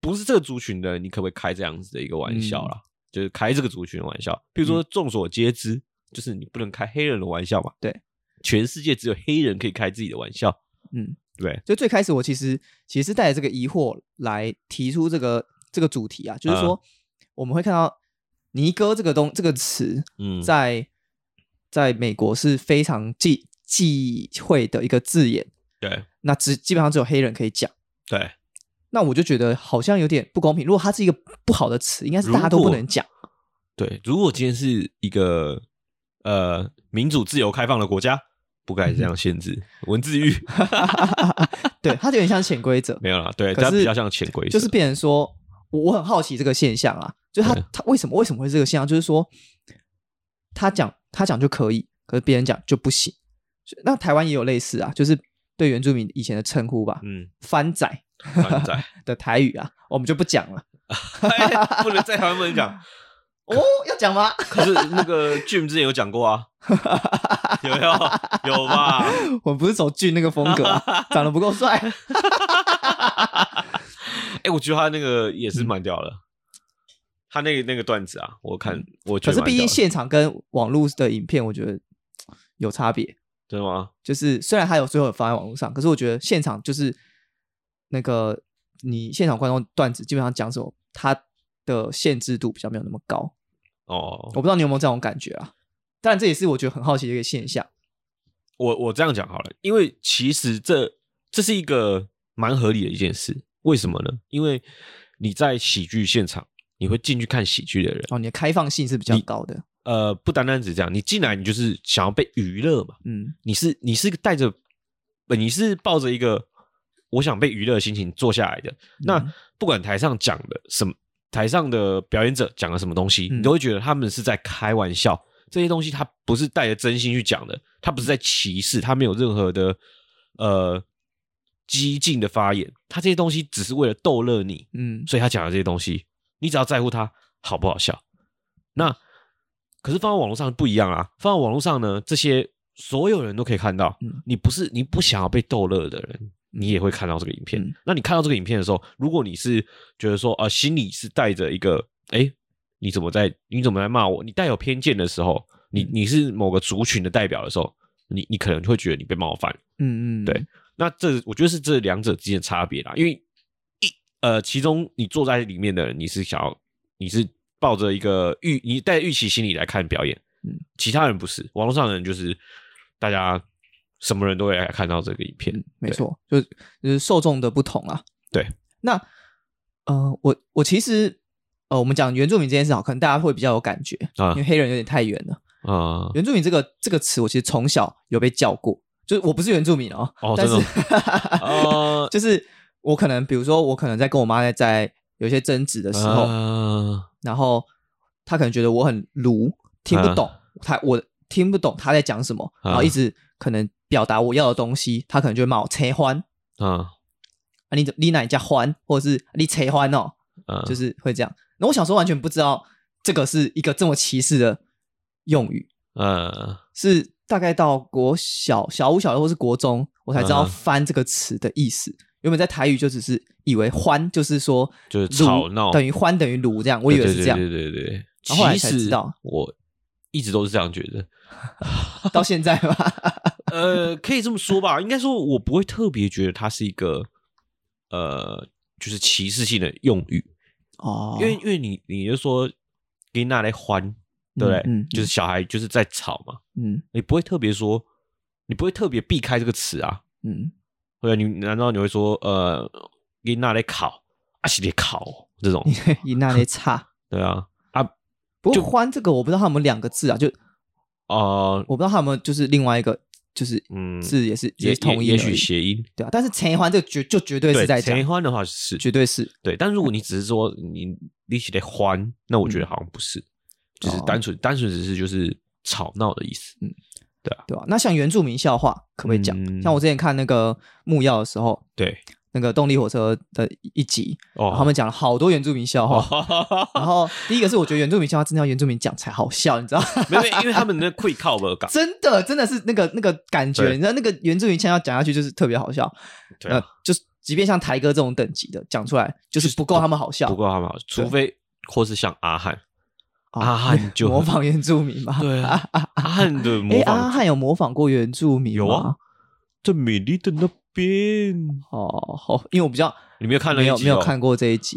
Speaker 1: 不是这个族群的，你可不可以开这样子的一个玩笑
Speaker 2: 嗯
Speaker 1: 啦？就是开这个族群的玩笑，比如说众所皆知，就是你不能开黑人的玩笑嘛。
Speaker 2: 对，
Speaker 1: 全世界只有黑人可以开自己的玩笑。
Speaker 2: 嗯，
Speaker 1: 对，
Speaker 2: 就最开始我其实其实是带着这个疑惑来提出这个这个主题啊，就是
Speaker 1: 嗯
Speaker 2: 说、我们会看到“尼哥”这个东这个词
Speaker 1: 嗯，
Speaker 2: 在、在美国是非常忌忌讳的一个字眼，
Speaker 1: 对
Speaker 2: 那只基本上只有黑人可以讲。
Speaker 1: 对，
Speaker 2: 那我就觉得好像有点不公平。如果它是一个不好的词，应该是大家都
Speaker 1: 如
Speaker 2: 不
Speaker 1: 果
Speaker 2: 能讲。
Speaker 1: 对，如果今天是一个呃民主、自由、开放的国家，不该这样限 制文字狱。
Speaker 2: 对，它有点像潜规则，
Speaker 1: 没有啦，对，
Speaker 2: 可是
Speaker 1: 它哎比较像潜规则，
Speaker 2: 就是变成说，我我很好奇这个现象啊，就是他
Speaker 1: 对
Speaker 2: 他为什么为什么会是这个现象？就是说，他讲他讲就可以，可是别人讲就不行。所以那台湾也有类似啊，就是对原住民以前的称呼吧，
Speaker 1: 嗯，
Speaker 2: 番仔
Speaker 1: 反 仔，
Speaker 2: 的台语啊，我们就不讲了。
Speaker 1: 哎不能在台湾不能 讲。
Speaker 2: 哦，要讲吗？
Speaker 1: 可是那个 Jim 之前有讲过啊，有没有？有 吧？
Speaker 2: 我们不是走俊那个风 格、啊，长得不够帅。
Speaker 1: 哎、我觉得他那个也是蛮屌的，
Speaker 2: 嗯
Speaker 1: 他那个那个段子啊，我看我觉
Speaker 2: 可
Speaker 1: 得
Speaker 2: 是
Speaker 1: 蛮
Speaker 2: 毕
Speaker 1: 屌
Speaker 2: 竟
Speaker 1: 的
Speaker 2: 现场跟网络的影片，我觉得嘖有差别。
Speaker 1: 真的吗？
Speaker 2: 就是虽然它有最后有放在网络上，可是我觉得现场就是那个你现场观众段子基本上讲什么，它的限制度比较没有那么高。
Speaker 1: 哦
Speaker 2: 我，不知道你有没有这种感觉啊？当然这也是我觉得很好奇的一个现象。
Speaker 1: 我我这样讲好了，因为其实这这是一个蛮合理的一件事，为什么呢？因为你在喜剧现场，你会进去看喜剧的人，
Speaker 2: 哦，你的开放性是比较高的，
Speaker 1: 呃，不单单只是这样，你进来你就是想要被娱乐嘛，
Speaker 2: 嗯
Speaker 1: 你是你是带着，呃你是抱着一个我想被娱乐的心情坐下来
Speaker 2: 嗯
Speaker 1: 的。那不管台上讲的什么，台上的表演者讲了什么东西，
Speaker 2: 嗯
Speaker 1: 你都会觉得他们是在开玩笑。这些东西他不是带着真心去讲的，他不是在歧视，他没有任何的呃激进的发言，他这些东西只是为了逗乐你。
Speaker 2: 嗯
Speaker 1: 所以他讲的这些东西，你只要在乎他好不好笑。
Speaker 2: 嗯
Speaker 1: 那可是放到网络上不一样啦，放到网络上呢，这些所有人都可以看到。
Speaker 2: 嗯
Speaker 1: 你不是你不想要被逗乐的人，你也会看到这个影片。
Speaker 2: 嗯
Speaker 1: 那你看到这个影片的时候，如果你是觉得说啊、呃心里是带着一个哎、诶你怎么在你怎么在骂我？你带有偏见的时候，你
Speaker 2: 嗯
Speaker 1: 你是某个族群的代表的时候，你你可能会觉得你被冒犯。
Speaker 2: 嗯嗯，
Speaker 1: 对，那这我觉得是这两者之间的差别啦，因为一呃，其中你坐在里面的人，你是想要你是抱着一个预你带着预期心理来看表演，
Speaker 2: 嗯
Speaker 1: 其他人不是，网络上的人就是大家什么人都会来看到这个影片，
Speaker 2: 嗯，没
Speaker 1: 对
Speaker 2: 错，就是就是受众的不同啊。
Speaker 1: 对，
Speaker 2: 那呃，我我其实呃，我们讲原住民这件事好，可能大家会比较有感觉，
Speaker 1: 啊
Speaker 2: 因为黑人有点太远了。
Speaker 1: 啊、
Speaker 2: 原住民这个这个词，我其实从小有被叫过，就是我不是原住民哦，
Speaker 1: 哦
Speaker 2: 但是、
Speaker 1: 真哦
Speaker 2: 就是我可能比如说我可能在跟我妈在在有一些争执的时候，
Speaker 1: 啊
Speaker 2: 然后她可能觉得我很鲁，听不懂她、我听不懂她在讲什么，
Speaker 1: 啊
Speaker 2: 然后一直可能表达我要的东西，她可能就会骂我切欢。
Speaker 1: 啊
Speaker 2: 啊，你怎你哪一家欢，或者是你谁欢哦，
Speaker 1: 啊，
Speaker 2: 就是是会这样。那我小时候完全不知道这个是一个这么歧视的用语，
Speaker 1: 啊
Speaker 2: 是大概到国小小五、小六或是国中，我才知道
Speaker 1: 嗯
Speaker 2: “翻”这个词的意思。原本在台语就只是以为“欢”就是说
Speaker 1: 就是
Speaker 2: 撸
Speaker 1: 吵闹
Speaker 2: 等于“欢”等于“卢”这样，我以为
Speaker 1: 对
Speaker 2: 是这样，
Speaker 1: 对对对对，
Speaker 2: 然后后来
Speaker 1: 其
Speaker 2: 才知
Speaker 1: 实
Speaker 2: 道
Speaker 1: 我一直都是这样觉得，
Speaker 2: 到现在吧。
Speaker 1: 呃，可以这么说吧，应该说我不会特别觉得它是一个呃，就是歧视性的用语，
Speaker 2: 哦，
Speaker 1: 因为因为你你就说给那来欢，对不对？
Speaker 2: 嗯嗯
Speaker 1: 就是小孩就是在吵嘛，
Speaker 2: 嗯
Speaker 1: 你不会特别说，你不会特别避开这个词啊，
Speaker 2: 嗯，
Speaker 1: 或者你难道你会说呃给那来考啊是得考这种，
Speaker 2: 以那里差。
Speaker 1: 对啊啊
Speaker 2: 不过“欢”这个我不知道它有没有两个字啊，就
Speaker 1: 呃
Speaker 2: 我不知道它有没有就是另外一个就是
Speaker 1: 嗯，
Speaker 2: 字也是
Speaker 1: 也
Speaker 2: 是同
Speaker 1: 也
Speaker 2: 音
Speaker 1: 也
Speaker 2: 而
Speaker 1: 许
Speaker 2: 已
Speaker 1: 谐音。
Speaker 2: 对啊，但是陈一欢这个绝就绝对是
Speaker 1: 对，
Speaker 2: 在
Speaker 1: 陈
Speaker 2: 讲
Speaker 1: 一，欢的话是
Speaker 2: 绝对是
Speaker 1: 对，但如果你只是说你你起来欢，那我觉得好像不是。就是
Speaker 2: 嗯哦
Speaker 1: 单纯、单纯只是就是吵闹的意思。
Speaker 2: 嗯
Speaker 1: 嗯，对啊，
Speaker 2: 对吧、那像原住民笑话可不可以讲？
Speaker 1: 嗯
Speaker 2: 像我之前看那个木曜的时候，
Speaker 1: 对，
Speaker 2: 那个动力火车的一集，
Speaker 1: 哦，
Speaker 2: 他们讲了好多原住民笑话。 然后第一个是我觉得原住民笑话真的要原住民讲才好笑，你知道吗？
Speaker 1: 没有，没有因为他们那 quick cover 感，
Speaker 2: 真的真的是那个那个感觉，
Speaker 1: 对
Speaker 2: 你知道那个原住民腔要讲下去就是特别好笑，
Speaker 1: 对啊
Speaker 2: 呃，就是即便像台哥这种等级的讲出来，就是不够他们好笑，
Speaker 1: 不过他们好，除非或是像阿 汉，
Speaker 2: 啊
Speaker 1: 阿 汉就
Speaker 2: 模仿原住民嘛。
Speaker 1: 对啊，阿汉 的
Speaker 2: 哎
Speaker 1: 模，
Speaker 2: 阿
Speaker 1: 仿
Speaker 2: 汉有模仿过原住民吗
Speaker 1: 有啊，在美丽的那边，
Speaker 2: 哦，好，因为我比较
Speaker 1: 你没有看了
Speaker 2: 没
Speaker 1: 一集哦
Speaker 2: 有没有看过这一集，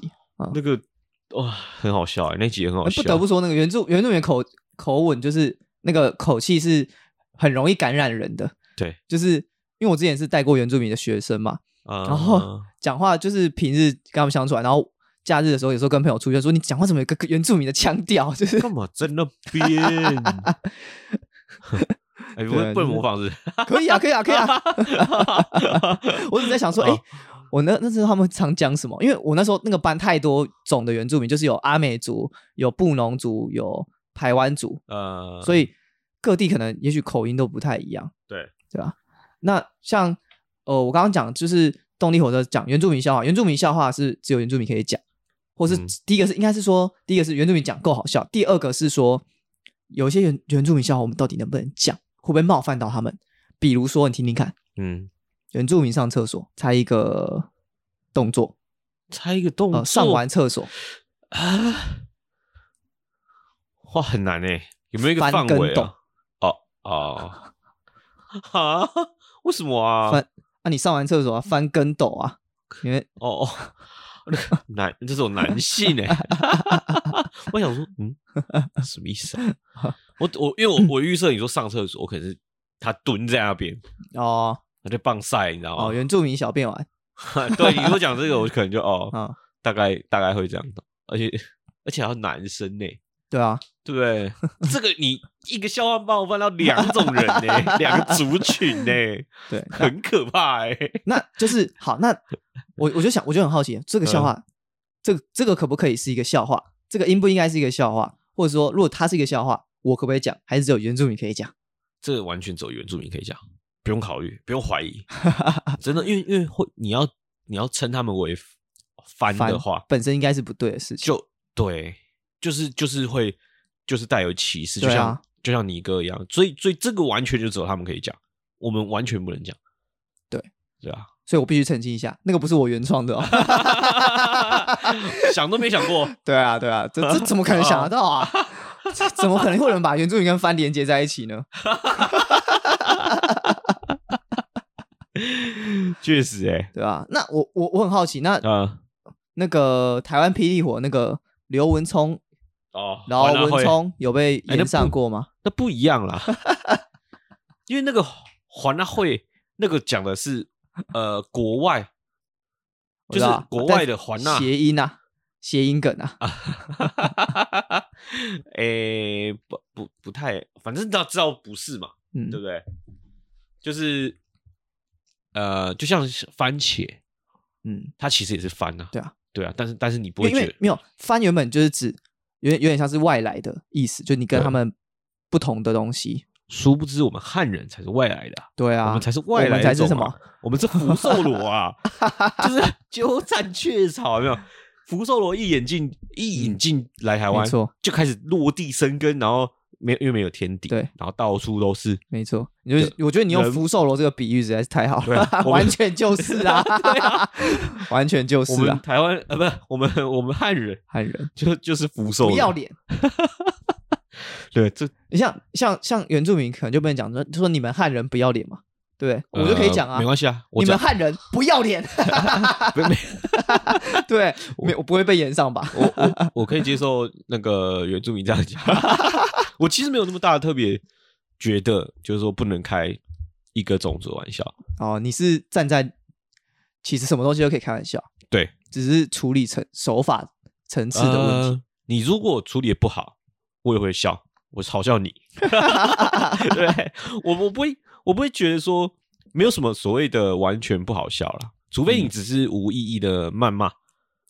Speaker 1: 那个哇，很好笑哎，那集也很好笑，
Speaker 2: 呃不得不说那个原住原住民口口吻就是那个口气是很容易感染人的，
Speaker 1: 对，
Speaker 2: 就是因为我之前是带过原住民的学生嘛，
Speaker 1: 啊
Speaker 2: 然后 讲话就是平日跟他们相处啊，然后假日的时候有时候跟朋友出去说你讲话怎么有个原住民的腔调， 就是
Speaker 1: 干嘛在那 边？哎，不
Speaker 2: 对
Speaker 1: 不
Speaker 2: 啊就是
Speaker 1: 能模仿是不是？
Speaker 2: 可以啊，可以啊，可以啊。我只在想说，哎、
Speaker 1: 哦
Speaker 2: 我那那时候他们常讲什么？因为我那时候那个班太多种的原住民，就是有阿美族、有布农族、有台湾族，
Speaker 1: 呃，
Speaker 2: 所以各地可能也许口音都不太一样，
Speaker 1: 对
Speaker 2: 对吧？那像呃，我刚刚讲就是动力火车讲原住民笑话，原住民笑话是只有原住民可以讲，或是
Speaker 1: 嗯
Speaker 2: 第一个是、应该是说，第一个是原住民讲够好笑，第二个是说有一些原原住民笑话我们到底能不能讲，会不会冒犯到他们？比如说，你听听看，
Speaker 1: 嗯，
Speaker 2: 原住民上厕所，猜一个动作，
Speaker 1: 猜一个动作，
Speaker 2: 呃，上完厕所
Speaker 1: 啊，哇，很难哎，有没有一个
Speaker 2: 翻
Speaker 1: 范
Speaker 2: 跟
Speaker 1: 围
Speaker 2: 斗
Speaker 1: 啊？哦 哦，啊，为什么啊？
Speaker 2: 翻，啊，你上完厕所啊，翻跟斗啊，因为
Speaker 1: 哦哦， 那个男这种男性 哎、我想说，嗯，什么意思啊？ 我我因为我我预设你说上厕所，我可能是他蹲在那边，
Speaker 2: 哦
Speaker 1: 他在棒晒，你知道
Speaker 2: 哦，
Speaker 1: 吗？
Speaker 2: 原住民小便完
Speaker 1: 对，你说讲这个，我可能就哦，
Speaker 2: 啊、
Speaker 1: 大概大概会这样的，而且而且还要男生呢、
Speaker 2: 对啊，
Speaker 1: 对不对？这个你一个笑话冒犯到两种人呢、两个族群呢、
Speaker 2: 对，
Speaker 1: 很可怕哎、
Speaker 2: 那就是好，那我我就想，我就很好奇，这个
Speaker 1: 嗯
Speaker 2: 笑话，这个这个可不可以是一个笑话？这个应不应该是一个笑话？或者说，如果它是一个笑话，我可不可以讲？还是只有原住民可以讲？
Speaker 1: 这个完全走原住民可以讲，不用考虑，不用怀疑，真的，因为因为会你要你要称他们为番
Speaker 2: 番
Speaker 1: 的话，
Speaker 2: 本身应该是不对的事情。
Speaker 1: 就对，就是就是会就是带有歧视，就
Speaker 2: 对啊
Speaker 1: 像、就像尼哥一样，所以所以这个完全就只有他们可以讲，我们完全不能讲，
Speaker 2: 对
Speaker 1: 对啊，
Speaker 2: 所以我必须澄清一下，那个不是我原创的哦。
Speaker 1: 想都没想过，
Speaker 2: 对啊，对啊，这这怎么可能想得到啊？ 这怎么可能会有人把原住民跟番连接在一起呢？
Speaker 1: 确实哎、
Speaker 2: 对吧？那我我我很好奇，那
Speaker 1: 欸，啊、
Speaker 2: 那个台湾霹雳火那个刘文聪，
Speaker 1: 哦，
Speaker 2: 然后
Speaker 1: 完了
Speaker 2: 文
Speaker 1: 会
Speaker 2: 聪有被
Speaker 1: 哎那
Speaker 2: 延上
Speaker 1: 不
Speaker 2: 过吗？
Speaker 1: 那不一样 啦，因为那个环那会那个讲的是呃国外，
Speaker 2: 我
Speaker 1: 就
Speaker 2: 知
Speaker 1: 是
Speaker 2: 道
Speaker 1: 国
Speaker 2: 但
Speaker 1: 外的环那，
Speaker 2: 谐音啊，谐音梗啊，
Speaker 1: 诶、不不不太，反正他知道不是嘛，
Speaker 2: 嗯
Speaker 1: 对，不对？就是呃，就像是番茄，
Speaker 2: 嗯，
Speaker 1: 它其实也是番啊，
Speaker 2: 对啊，
Speaker 1: 对啊，但是但是你不
Speaker 2: 因为
Speaker 1: 会
Speaker 2: 因
Speaker 1: 觉
Speaker 2: 为
Speaker 1: 得
Speaker 2: 没有翻原本就是指有点有点像是外来的意思，就你跟
Speaker 1: 对
Speaker 2: 他们不同的东西，
Speaker 1: 殊不知我们汉人才是外来的啊、
Speaker 2: 对啊，
Speaker 1: 我们才是
Speaker 2: 我
Speaker 1: 外
Speaker 2: 们
Speaker 1: 来、啊
Speaker 2: 才是什么？？
Speaker 1: 我们是福寿螺 啊，就是鸠占鹊巢，有没有？福寿螺一引进一引进来台湾
Speaker 2: 嗯没，错，
Speaker 1: 就开始落地生根，然后没因为没有天敌，
Speaker 2: 对
Speaker 1: 然后到处都是，
Speaker 2: 没错，你就是我觉得你用
Speaker 1: 人
Speaker 2: 福寿螺这个比喻实在是太好
Speaker 1: 对啊
Speaker 2: 了，
Speaker 1: 我们
Speaker 2: 完全就是 啊，完全就
Speaker 1: 我
Speaker 2: 是
Speaker 1: 们
Speaker 2: 啊，
Speaker 1: 台湾呃，不是我们我们汉人
Speaker 2: 汉人
Speaker 1: 就就是福寿
Speaker 2: 不要
Speaker 1: 螺，
Speaker 2: 脸。
Speaker 1: 对，这
Speaker 2: 你像像像原住民可能就不能讲说说你们汉人不要脸嘛，对不对？我就可以讲啊，
Speaker 1: 呃没关系啊，我
Speaker 2: 你们
Speaker 1: 讲
Speaker 2: 汉人不要脸，
Speaker 1: 没没，
Speaker 2: 对，没我不会被延上吧？
Speaker 1: 我我我可以接受那个原住民这样 讲，我其实没有那么大的特别觉得，就是说不能开一个种族的玩笑，
Speaker 2: 哦，你是站在其实什么东西都可以开玩笑，
Speaker 1: 对，
Speaker 2: 只是处理层手法层次的问题。
Speaker 1: 呃你如果处理的不好，我也会笑，我嘲笑 你。对，我我不会，我不会觉得说没有什么所谓的完全不好笑啦，除非你只是无意义的谩骂、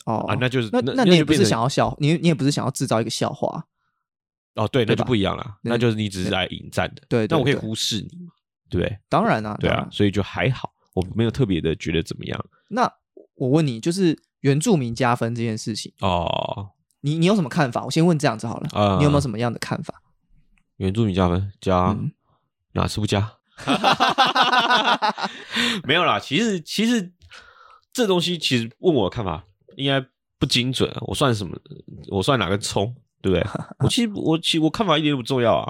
Speaker 2: 哦，
Speaker 1: 啊，那就是
Speaker 2: 那
Speaker 1: 那
Speaker 2: 那你也
Speaker 1: 就
Speaker 2: 不
Speaker 1: 变
Speaker 2: 是
Speaker 1: 成
Speaker 2: 想要笑，你你也不是想要制造一个笑话，
Speaker 1: 哦，对，那
Speaker 2: 对
Speaker 1: 就
Speaker 2: 吧
Speaker 1: 不一样了，
Speaker 2: 那
Speaker 1: 那就是你只是来引战的，
Speaker 2: 对对
Speaker 1: 但我可以
Speaker 2: 对
Speaker 1: 忽视你嘛，对不对？
Speaker 2: 当然啊，
Speaker 1: 对
Speaker 2: 当
Speaker 1: 啊
Speaker 2: 然，
Speaker 1: 所以就还好，我没有特别的觉得怎么样
Speaker 2: 那我问你，就是原住民加分这件事情，
Speaker 1: 哦。
Speaker 2: 你你有什么看法？我先问这样子好了，
Speaker 1: 啊
Speaker 2: 你有没有什么样的看法？
Speaker 1: 原住民加分加、
Speaker 2: 嗯
Speaker 1: 哪次不 加？没有啦，其实其实这东西其实问我的看法应该不精准啊，我算什么？我算哪根葱？对 不对？我其实我其实我看法一点都不重要啊，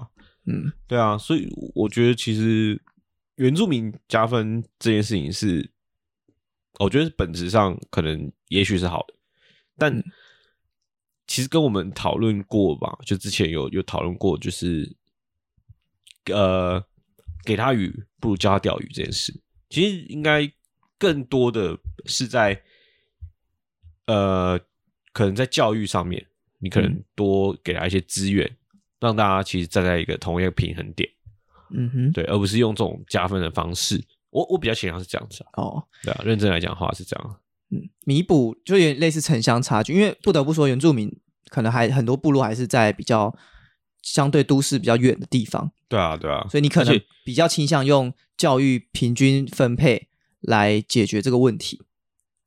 Speaker 2: 嗯，
Speaker 1: 对啊，所以我觉得其实原住民加分这件事情是，我觉得本质上可能也许是好的，但
Speaker 2: 嗯
Speaker 1: 其实跟我们讨论过吧，就之前有有讨论过，就是呃，给他鱼不如教他钓鱼这件事，其实应该更多的是在呃，可能在教育上面，你可能
Speaker 2: 嗯
Speaker 1: 多给他一些资源，让大家其实站在一个同一个平衡点，
Speaker 2: 嗯哼，
Speaker 1: 对，而不是用这种加分的方式。我我比较倾向是这样子啊，
Speaker 2: 哦，
Speaker 1: 对啊，认真来讲的话是这样。啊
Speaker 2: 嗯，弥补就有点类似城乡差距，因为不得不说，原住民可能还很多部落还是在比较相对都市比较远的地方，
Speaker 1: 对啊，对啊，
Speaker 2: 所以你可
Speaker 1: 而
Speaker 2: 能
Speaker 1: 且
Speaker 2: 比较倾向用教育平均分配来解决这个问题。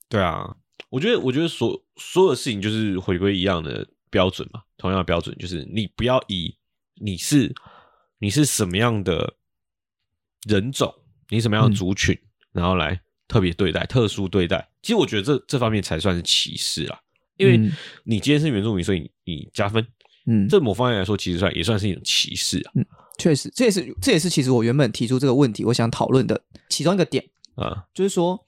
Speaker 1: 对啊，我觉得我觉得所所有事情就是回归一样的标准嘛，同样的标准就是你不要以你是你是什么样的人种，你什么样的
Speaker 2: 嗯
Speaker 1: 族群，然后来特别对待、特殊对待。其实我觉得这这方面才算是歧视啦，因为
Speaker 2: 嗯
Speaker 1: 你今天是原住民，所以你你加分，
Speaker 2: 嗯，
Speaker 1: 这某方面来说，其实算也算是一种歧视啊。
Speaker 2: 确实，这也是这也是其实我原本提出这个问题，我想讨论的其中一个点。
Speaker 1: 啊、
Speaker 2: 就是说，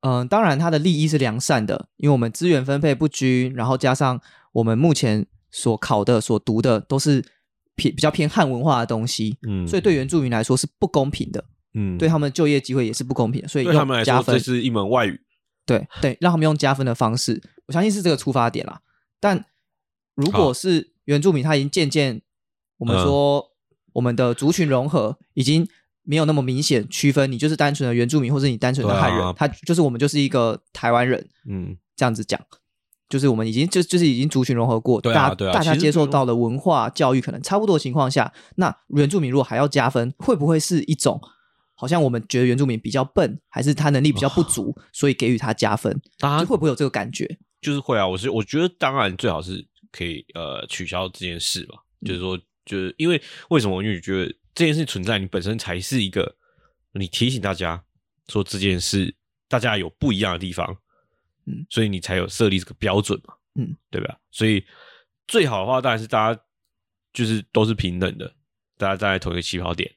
Speaker 2: 嗯、当然它的利益是良善的，因为我们资源分配不均，然后加上我们目前所考的、所读的都是偏比较偏汉文化的东西，
Speaker 1: 嗯，
Speaker 2: 所以对原住民来说是不公平的，
Speaker 1: 嗯
Speaker 2: 对他们就业机会也是不公平的，所以
Speaker 1: 对他们
Speaker 2: 用
Speaker 1: 来
Speaker 2: 加
Speaker 1: 说，
Speaker 2: 分
Speaker 1: 这是一门外语。
Speaker 2: 对对，让他们用加分的方式，我相信是这个出发点啦。但如
Speaker 1: 好
Speaker 2: 果是原住民，他已经渐渐我们
Speaker 1: 嗯
Speaker 2: 说我们的族群融合已经没有那么明显区分，你就是单纯的原住民，或是你单纯的
Speaker 1: 对啊
Speaker 2: 汉人，他就是我们就是一个台湾人
Speaker 1: 嗯，
Speaker 2: 这样子讲。就是我们已经就就是已经族群融合过，
Speaker 1: 对啊
Speaker 2: 大
Speaker 1: 对啊
Speaker 2: 大
Speaker 1: 其
Speaker 2: 家
Speaker 1: 实
Speaker 2: 接
Speaker 1: 这
Speaker 2: 受
Speaker 1: 种
Speaker 2: 到的文化教育可能差不多的情况下，那原住民如果还要加分，会不会是一种好像我们觉得原住民比较笨，还是他能力比较不足，
Speaker 1: 哦
Speaker 2: 所以给予他加分？
Speaker 1: 大
Speaker 2: 就
Speaker 1: 家
Speaker 2: 会不会有这个感觉？
Speaker 1: 就是会啊，我是我觉得当然最好是可以呃取消这件事嘛，
Speaker 2: 嗯
Speaker 1: 就是说，就是因为为什么？因为觉得这件事存在，你本身才是一个你提醒大家说这件事大家有不一样的地方，
Speaker 2: 嗯，
Speaker 1: 所以你才有设立这个标准嘛，
Speaker 2: 嗯，
Speaker 1: 对吧？所以最好的话当然是大家就是都是平等的，大家站在同一个起跑点，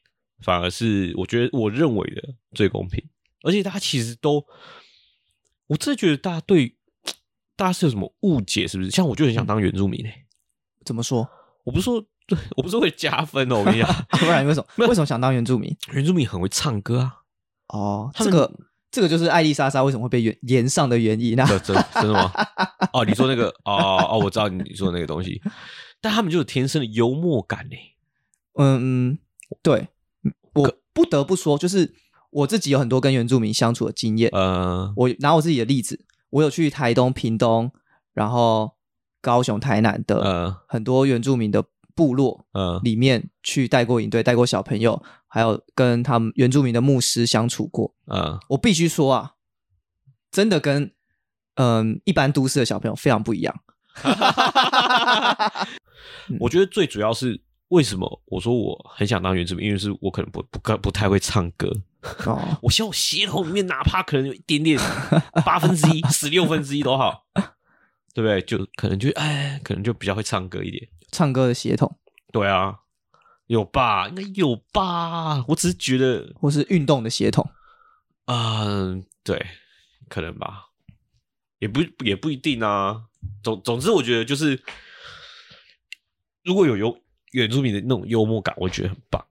Speaker 1: 反而是我觉得我认为的最公平。而且大家其实都，我真的觉得大家对大家是有什么误解，是不是？像我就很想当原住民诶、欸
Speaker 2: 怎么说？
Speaker 1: 我不是说，对我不是会加分哦，我跟你 讲，
Speaker 2: 啊、不然为什么？为什么想当原住民？
Speaker 1: 原住民很会唱歌啊，
Speaker 2: 哦，
Speaker 1: 他
Speaker 2: 这
Speaker 1: 们
Speaker 2: 个这个就是艾丽莎莎为什么会被延延上的原因。那啊
Speaker 1: 真真真的吗？哦，你说那个，哦哦，我知道你说的那个东西，但他们就有天生的幽默感欸诶、
Speaker 2: 嗯，嗯对，嗯我不得不说，就是我自己有很多跟原住民相处的经验。
Speaker 1: 呃，
Speaker 2: 我拿我自己的例子，我有去台东、屏东，然后高雄、台南的
Speaker 1: 呃
Speaker 2: 很多原住民的部落，
Speaker 1: 呃，
Speaker 2: 里面去带过营队，带过小朋友，还有跟他们原住民的牧师相处过。
Speaker 1: 呃，
Speaker 2: 我必须说啊，真的跟嗯一般都市的小朋友非常不一样。
Speaker 1: 我觉得最主要是为什么我说我很想当原住民，因为是我可能不不不太会唱歌，
Speaker 2: 哦，
Speaker 1: 我希望我血统里面哪怕可能有一点点八分之一、十六分之一都好，对不对？就可能就哎，可能就比较会唱歌一点。
Speaker 2: 唱歌的血统，
Speaker 1: 对啊，有吧？应该有吧？我只是觉得，
Speaker 2: 或是运动的血统，
Speaker 1: 嗯、对，可能吧，也不也不一定啊。总总之，我觉得就是如果有有原住民的那种幽默感，我觉得很棒，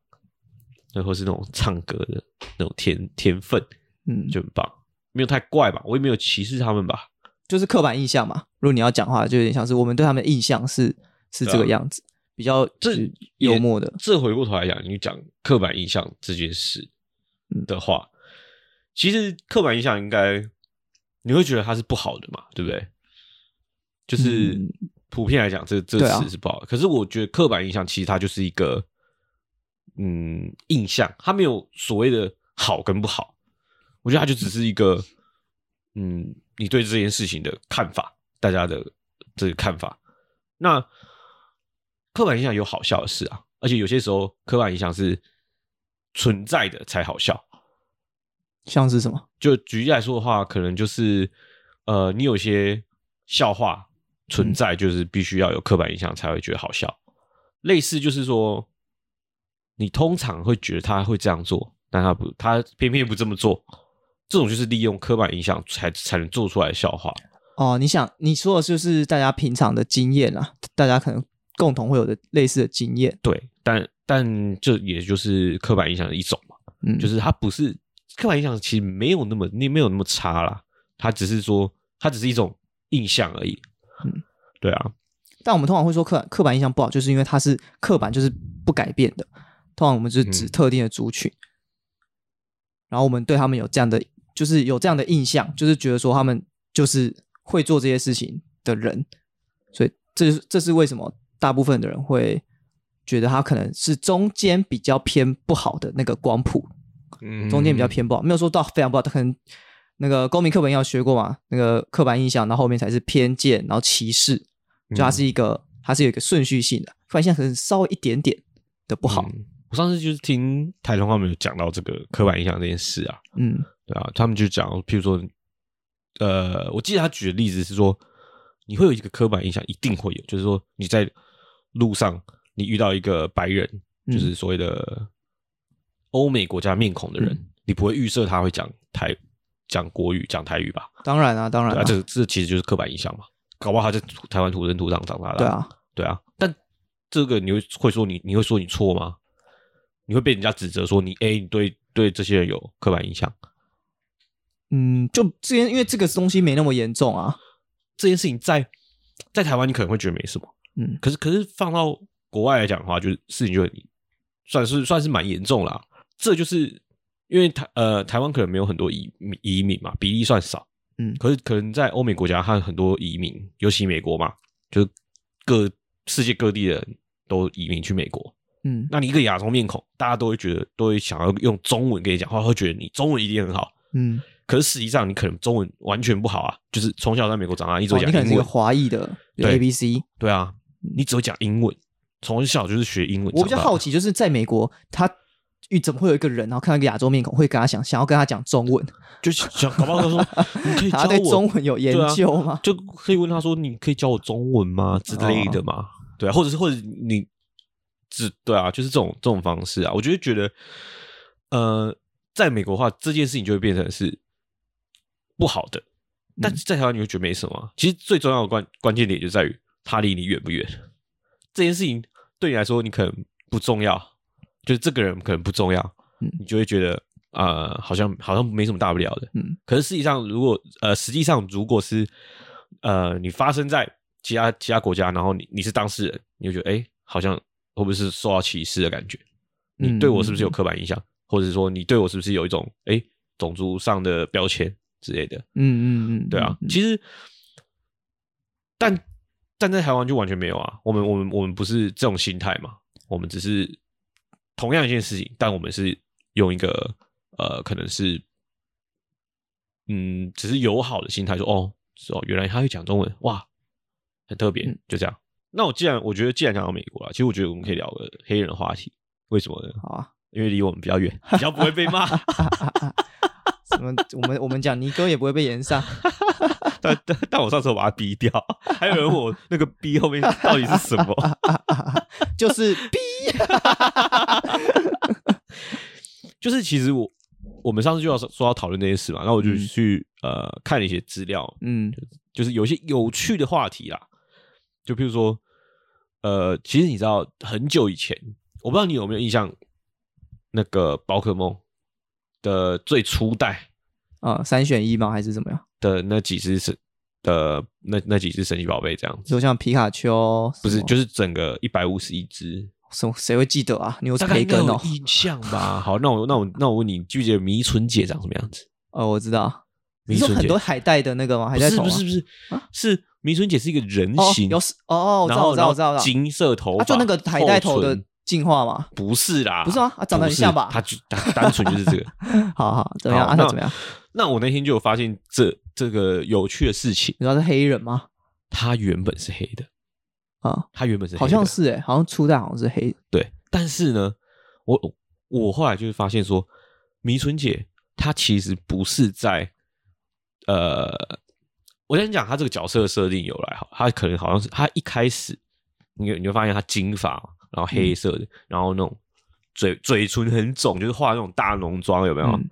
Speaker 1: 然后是那种唱歌的那种天天分，
Speaker 2: 嗯，就
Speaker 1: 就很棒，没有太怪吧，我也没有歧视他们吧。
Speaker 2: 就是刻板印象嘛。如果你要讲话，就有点像是我们对他们的印象是是这
Speaker 1: 对
Speaker 2: 个
Speaker 1: 啊
Speaker 2: 样子，比较
Speaker 1: 这
Speaker 2: 是
Speaker 1: 也
Speaker 2: 幽默的。
Speaker 1: 这回过头来讲，你讲刻板印象这件事
Speaker 2: 嗯
Speaker 1: 的话，其实刻板印象应该你会觉得它是不好的嘛，对不对？就是
Speaker 2: 嗯
Speaker 1: 普遍来讲，这这
Speaker 2: 对啊
Speaker 1: 词是不好的。可是我觉得刻板印象其实它就是一个嗯印象，它没有所谓的好跟不好。我觉得它就只是一个嗯你对这件事情的看法，大家的这个看法。那刻板印象有好笑的事啊，而且有些时候刻板印象是存在的才好笑。
Speaker 2: 像是什么？
Speaker 1: 就举例来说的话，可能就是呃，你有些笑话存在，就是必须要有刻板印象才会觉得好笑。类似就是说，你通常会觉得他会这样做，但他不，他偏偏不这么做。这种就是利用刻板印象才才能做出来的笑话。
Speaker 2: 哦，你想你说的就是大家平常的经验啊，大家可能共同会有的类似的经验，
Speaker 1: 对，但但这也就是刻板印象的一种嘛，
Speaker 2: 嗯，
Speaker 1: 就是它不是刻板印象，其实没有那么你没有那么差啦，它只是说它只是一种印象而已。
Speaker 2: 嗯
Speaker 1: 对啊，
Speaker 2: 但我们通常会说刻板刻板印象不好，就是因为它是刻板，就是不改变的。通常我们就是指
Speaker 1: 嗯
Speaker 2: 特定的族群，然后我们对他们有这样的，就是有这样的印象，就是觉得说他们就是会做这些事情的人，所以这是这是为什么大部分的人会觉得他可能是中间比较偏不好的那个光谱，
Speaker 1: 嗯
Speaker 2: 中间比较偏不好，没有说到非常不好，可能那个公民课本要学过嘛，那个刻板印象，然后后面才是偏见，然后歧视，就它
Speaker 1: 嗯
Speaker 2: 是一个、它是有一个顺序性的，突然现在可能稍微一点点的不好，
Speaker 1: 嗯我上次就是听台中他们有讲到这个刻板印象这件事啊，
Speaker 2: 嗯
Speaker 1: 对啊，他们就讲，譬如说，呃，我记得他举的例子是说，你会有一个刻板印象，一定会有，就是说你在路上你遇到一个白人，
Speaker 2: 嗯
Speaker 1: 就是所谓的欧美国家面孔的人，
Speaker 2: 嗯
Speaker 1: 你不会预设他会讲台讲国语、讲台语吧？
Speaker 2: 当然啊，当然
Speaker 1: 对
Speaker 2: 啊，
Speaker 1: 啊，这这其实就是刻板印象嘛，搞不好他在土台湾土生土长长大的啊、
Speaker 2: 对啊，
Speaker 1: 对啊，但这个你会会说你你会说你错吗？你会被人家指责说你哎、你对对这些人有刻板印象，
Speaker 2: 嗯，就之前因为这个东西没那么严重啊，
Speaker 1: 这件事情在在台湾你可能会觉得没什么，
Speaker 2: 嗯
Speaker 1: 可是可是放到国外来讲的话，就是事情就很算是算是蛮严重啦。这就是因为台呃台湾可能没有很多移民移民嘛，比例算少，
Speaker 2: 嗯
Speaker 1: 可是可能在欧美国家和很多移民，尤其美国嘛，就是各世界各地的人都移民去美国，
Speaker 2: 嗯，
Speaker 1: 那你一个亚洲面孔，大家都会觉得，都会想要用中文跟你讲话，会觉得你中文一定很好。
Speaker 2: 嗯，
Speaker 1: 可是实际上，你可能中文完全不好啊，就是从小在美国长大，一直
Speaker 2: 哦
Speaker 1: 会讲
Speaker 2: 你可能是
Speaker 1: 英
Speaker 2: 一
Speaker 1: 文。
Speaker 2: 个华裔的
Speaker 1: 对
Speaker 2: A B C，
Speaker 1: 对啊，你只会讲英文，从小就是学英文。
Speaker 2: 我比较好
Speaker 1: 奇，
Speaker 2: 奇就是在美国他。遇怎么会有一个人，然后看到一个亚洲面孔，会跟他想想要跟他讲中 文？
Speaker 1: 就是想搞不好他说， 你可以教
Speaker 2: 他
Speaker 1: 我
Speaker 2: 对中文有研
Speaker 1: 对啊
Speaker 2: 究吗？
Speaker 1: 就可以问他说，你可以教我中文吗之类的嘛？对、啊，或者是或者你只对啊，就是这种这种方式啊，我就会觉得，呃，在美国的话，这件事情就会变成是不好的，但是在台湾你会觉得没什么啊、其实最重要的关关键点就在于他离你远不远。这件事情对你来说，你可能不重要，就是这个人可能不重要，
Speaker 2: 嗯
Speaker 1: 你就会觉得呃，好像好像没什么大不了的。
Speaker 2: 嗯，
Speaker 1: 可是实际上，如果呃，实际上如果是呃，你发生在其他其他国家，然后你你是当事人，你就觉得哎、诶好像会不会是受到歧视的感觉？你
Speaker 2: 嗯
Speaker 1: 对我是不是有刻板印象，或者是说你对我是不是有一种哎、诶种族上的标签之类的？
Speaker 2: 嗯嗯嗯，
Speaker 1: 对啊，
Speaker 2: 嗯
Speaker 1: 其实，但但在台湾就完全没有啊。我们我们我们不是这种心态嘛，我们只是同样一件事情，但我们是用一个呃，可能是嗯，只是友好的心态说，哦，是哦，原来他会讲中文，哇，很特别
Speaker 2: 嗯，
Speaker 1: 就这样。那我既然我觉得既然讲到美国了，其实我觉得我们可以聊个黑人的话题，为什么呢？
Speaker 2: 好啊，
Speaker 1: 因为离我们比较远，比较不会被骂。
Speaker 2: 什么？我们我们讲尼哥也不会被延上，
Speaker 1: 但但但我上次我把它逼掉，还有人问我那个“逼”后面到底是什么？
Speaker 2: 就是哔
Speaker 1: 就是其实我我们上次就要说说要讨论这件事嘛，然后我就
Speaker 2: 嗯
Speaker 1: 去、呃看了一些资料，
Speaker 2: 嗯
Speaker 1: 就是有一些有趣的话题啦，就譬如说呃，其实你知道很久以前，我不知道你有没有印象，那个宝可梦的最初代
Speaker 2: 啊、三选一吗？还是怎么样？
Speaker 1: 的那几只神的那那几只神奇宝贝这样子，
Speaker 2: 就像皮卡丘，
Speaker 1: 不是
Speaker 2: 什么
Speaker 1: 就是整个一百五十一只，
Speaker 2: 什么谁会记得啊？牛
Speaker 1: 大
Speaker 2: 是
Speaker 1: 概
Speaker 2: 培
Speaker 1: 应该
Speaker 2: 根
Speaker 1: 有
Speaker 2: 哦，
Speaker 1: 印象吧。好，那我那我那我问你，拒绝迷春姐长什么样子？
Speaker 2: 哦，我知道，你
Speaker 1: 明
Speaker 2: 说
Speaker 1: 纯
Speaker 2: 很
Speaker 1: 姐
Speaker 2: 多海带的那个吗？海
Speaker 1: 不
Speaker 2: 带
Speaker 1: 是
Speaker 2: 头
Speaker 1: 不
Speaker 2: 吗
Speaker 1: 是不是
Speaker 2: 啊
Speaker 1: 是明纯姐是一个人
Speaker 2: 哦，
Speaker 1: 形，
Speaker 2: 有是哦，我知
Speaker 1: 然
Speaker 2: 道
Speaker 1: 后
Speaker 2: 我知道我知道
Speaker 1: 然
Speaker 2: 我
Speaker 1: 后
Speaker 2: 知道，
Speaker 1: 金色头
Speaker 2: 啊
Speaker 1: 发，
Speaker 2: 就那个海带头的
Speaker 1: 厚唇
Speaker 2: 进化嘛。
Speaker 1: 不是啦，
Speaker 2: 不是吗啊长得很
Speaker 1: 不是
Speaker 2: 像吧
Speaker 1: 他就他单纯就是这个。
Speaker 2: 好好，怎么样？
Speaker 1: 好
Speaker 2: 阿他
Speaker 1: 那
Speaker 2: 怎么样？
Speaker 1: 那我那天就有发现这这个有趣的事情，
Speaker 2: 你知道是黑人吗？
Speaker 1: 他原本是黑的，
Speaker 2: 啊，
Speaker 1: 他原本是黑的
Speaker 2: 好像是哎，好像初代好像是黑的
Speaker 1: 对，但是呢，我我后来就是发现说，迷春姐她其实不是在呃，我先讲她这个角色的设定由来哈，她可能好像是她一开始，你你会发现她金发嘛，然后黑色的，然后那种嘴嘴唇很肿，就是画那种大浓妆，有没有？
Speaker 2: 嗯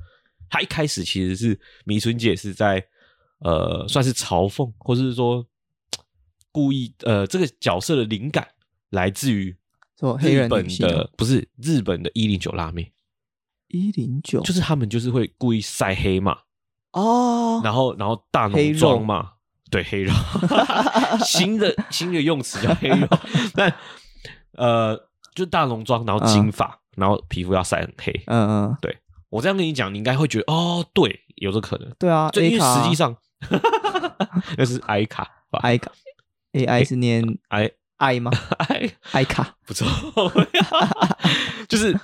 Speaker 1: 她一开始其实是迷春姐是在呃，算是嘲讽，或是说故意呃，这个角色的灵感来自于
Speaker 2: 说黑
Speaker 1: 日
Speaker 2: 人
Speaker 1: 本
Speaker 2: 女性哦
Speaker 1: 的不是日本的一零九辣妹，
Speaker 2: 一零九，
Speaker 1: 就是他们就是会故意晒黑嘛，
Speaker 2: 哦，
Speaker 1: 然后然后大
Speaker 2: 黑
Speaker 1: 浓
Speaker 2: 肉
Speaker 1: 妆嘛，对黑 肉，新的新的用词叫黑肉，但呃，就大浓妆，然后金发，然后皮肤要晒很黑。
Speaker 2: 嗯嗯，
Speaker 1: 我这样跟你讲，你应该会觉得哦，对，有这可能，
Speaker 2: 对啊
Speaker 1: 就因
Speaker 2: ，A
Speaker 1: 为
Speaker 2: 卡
Speaker 1: 实际上 那是 I 卡吧
Speaker 2: I 卡 A I 是念
Speaker 1: I
Speaker 2: I 吗
Speaker 1: I
Speaker 2: ？I 卡，
Speaker 1: 不 错，就是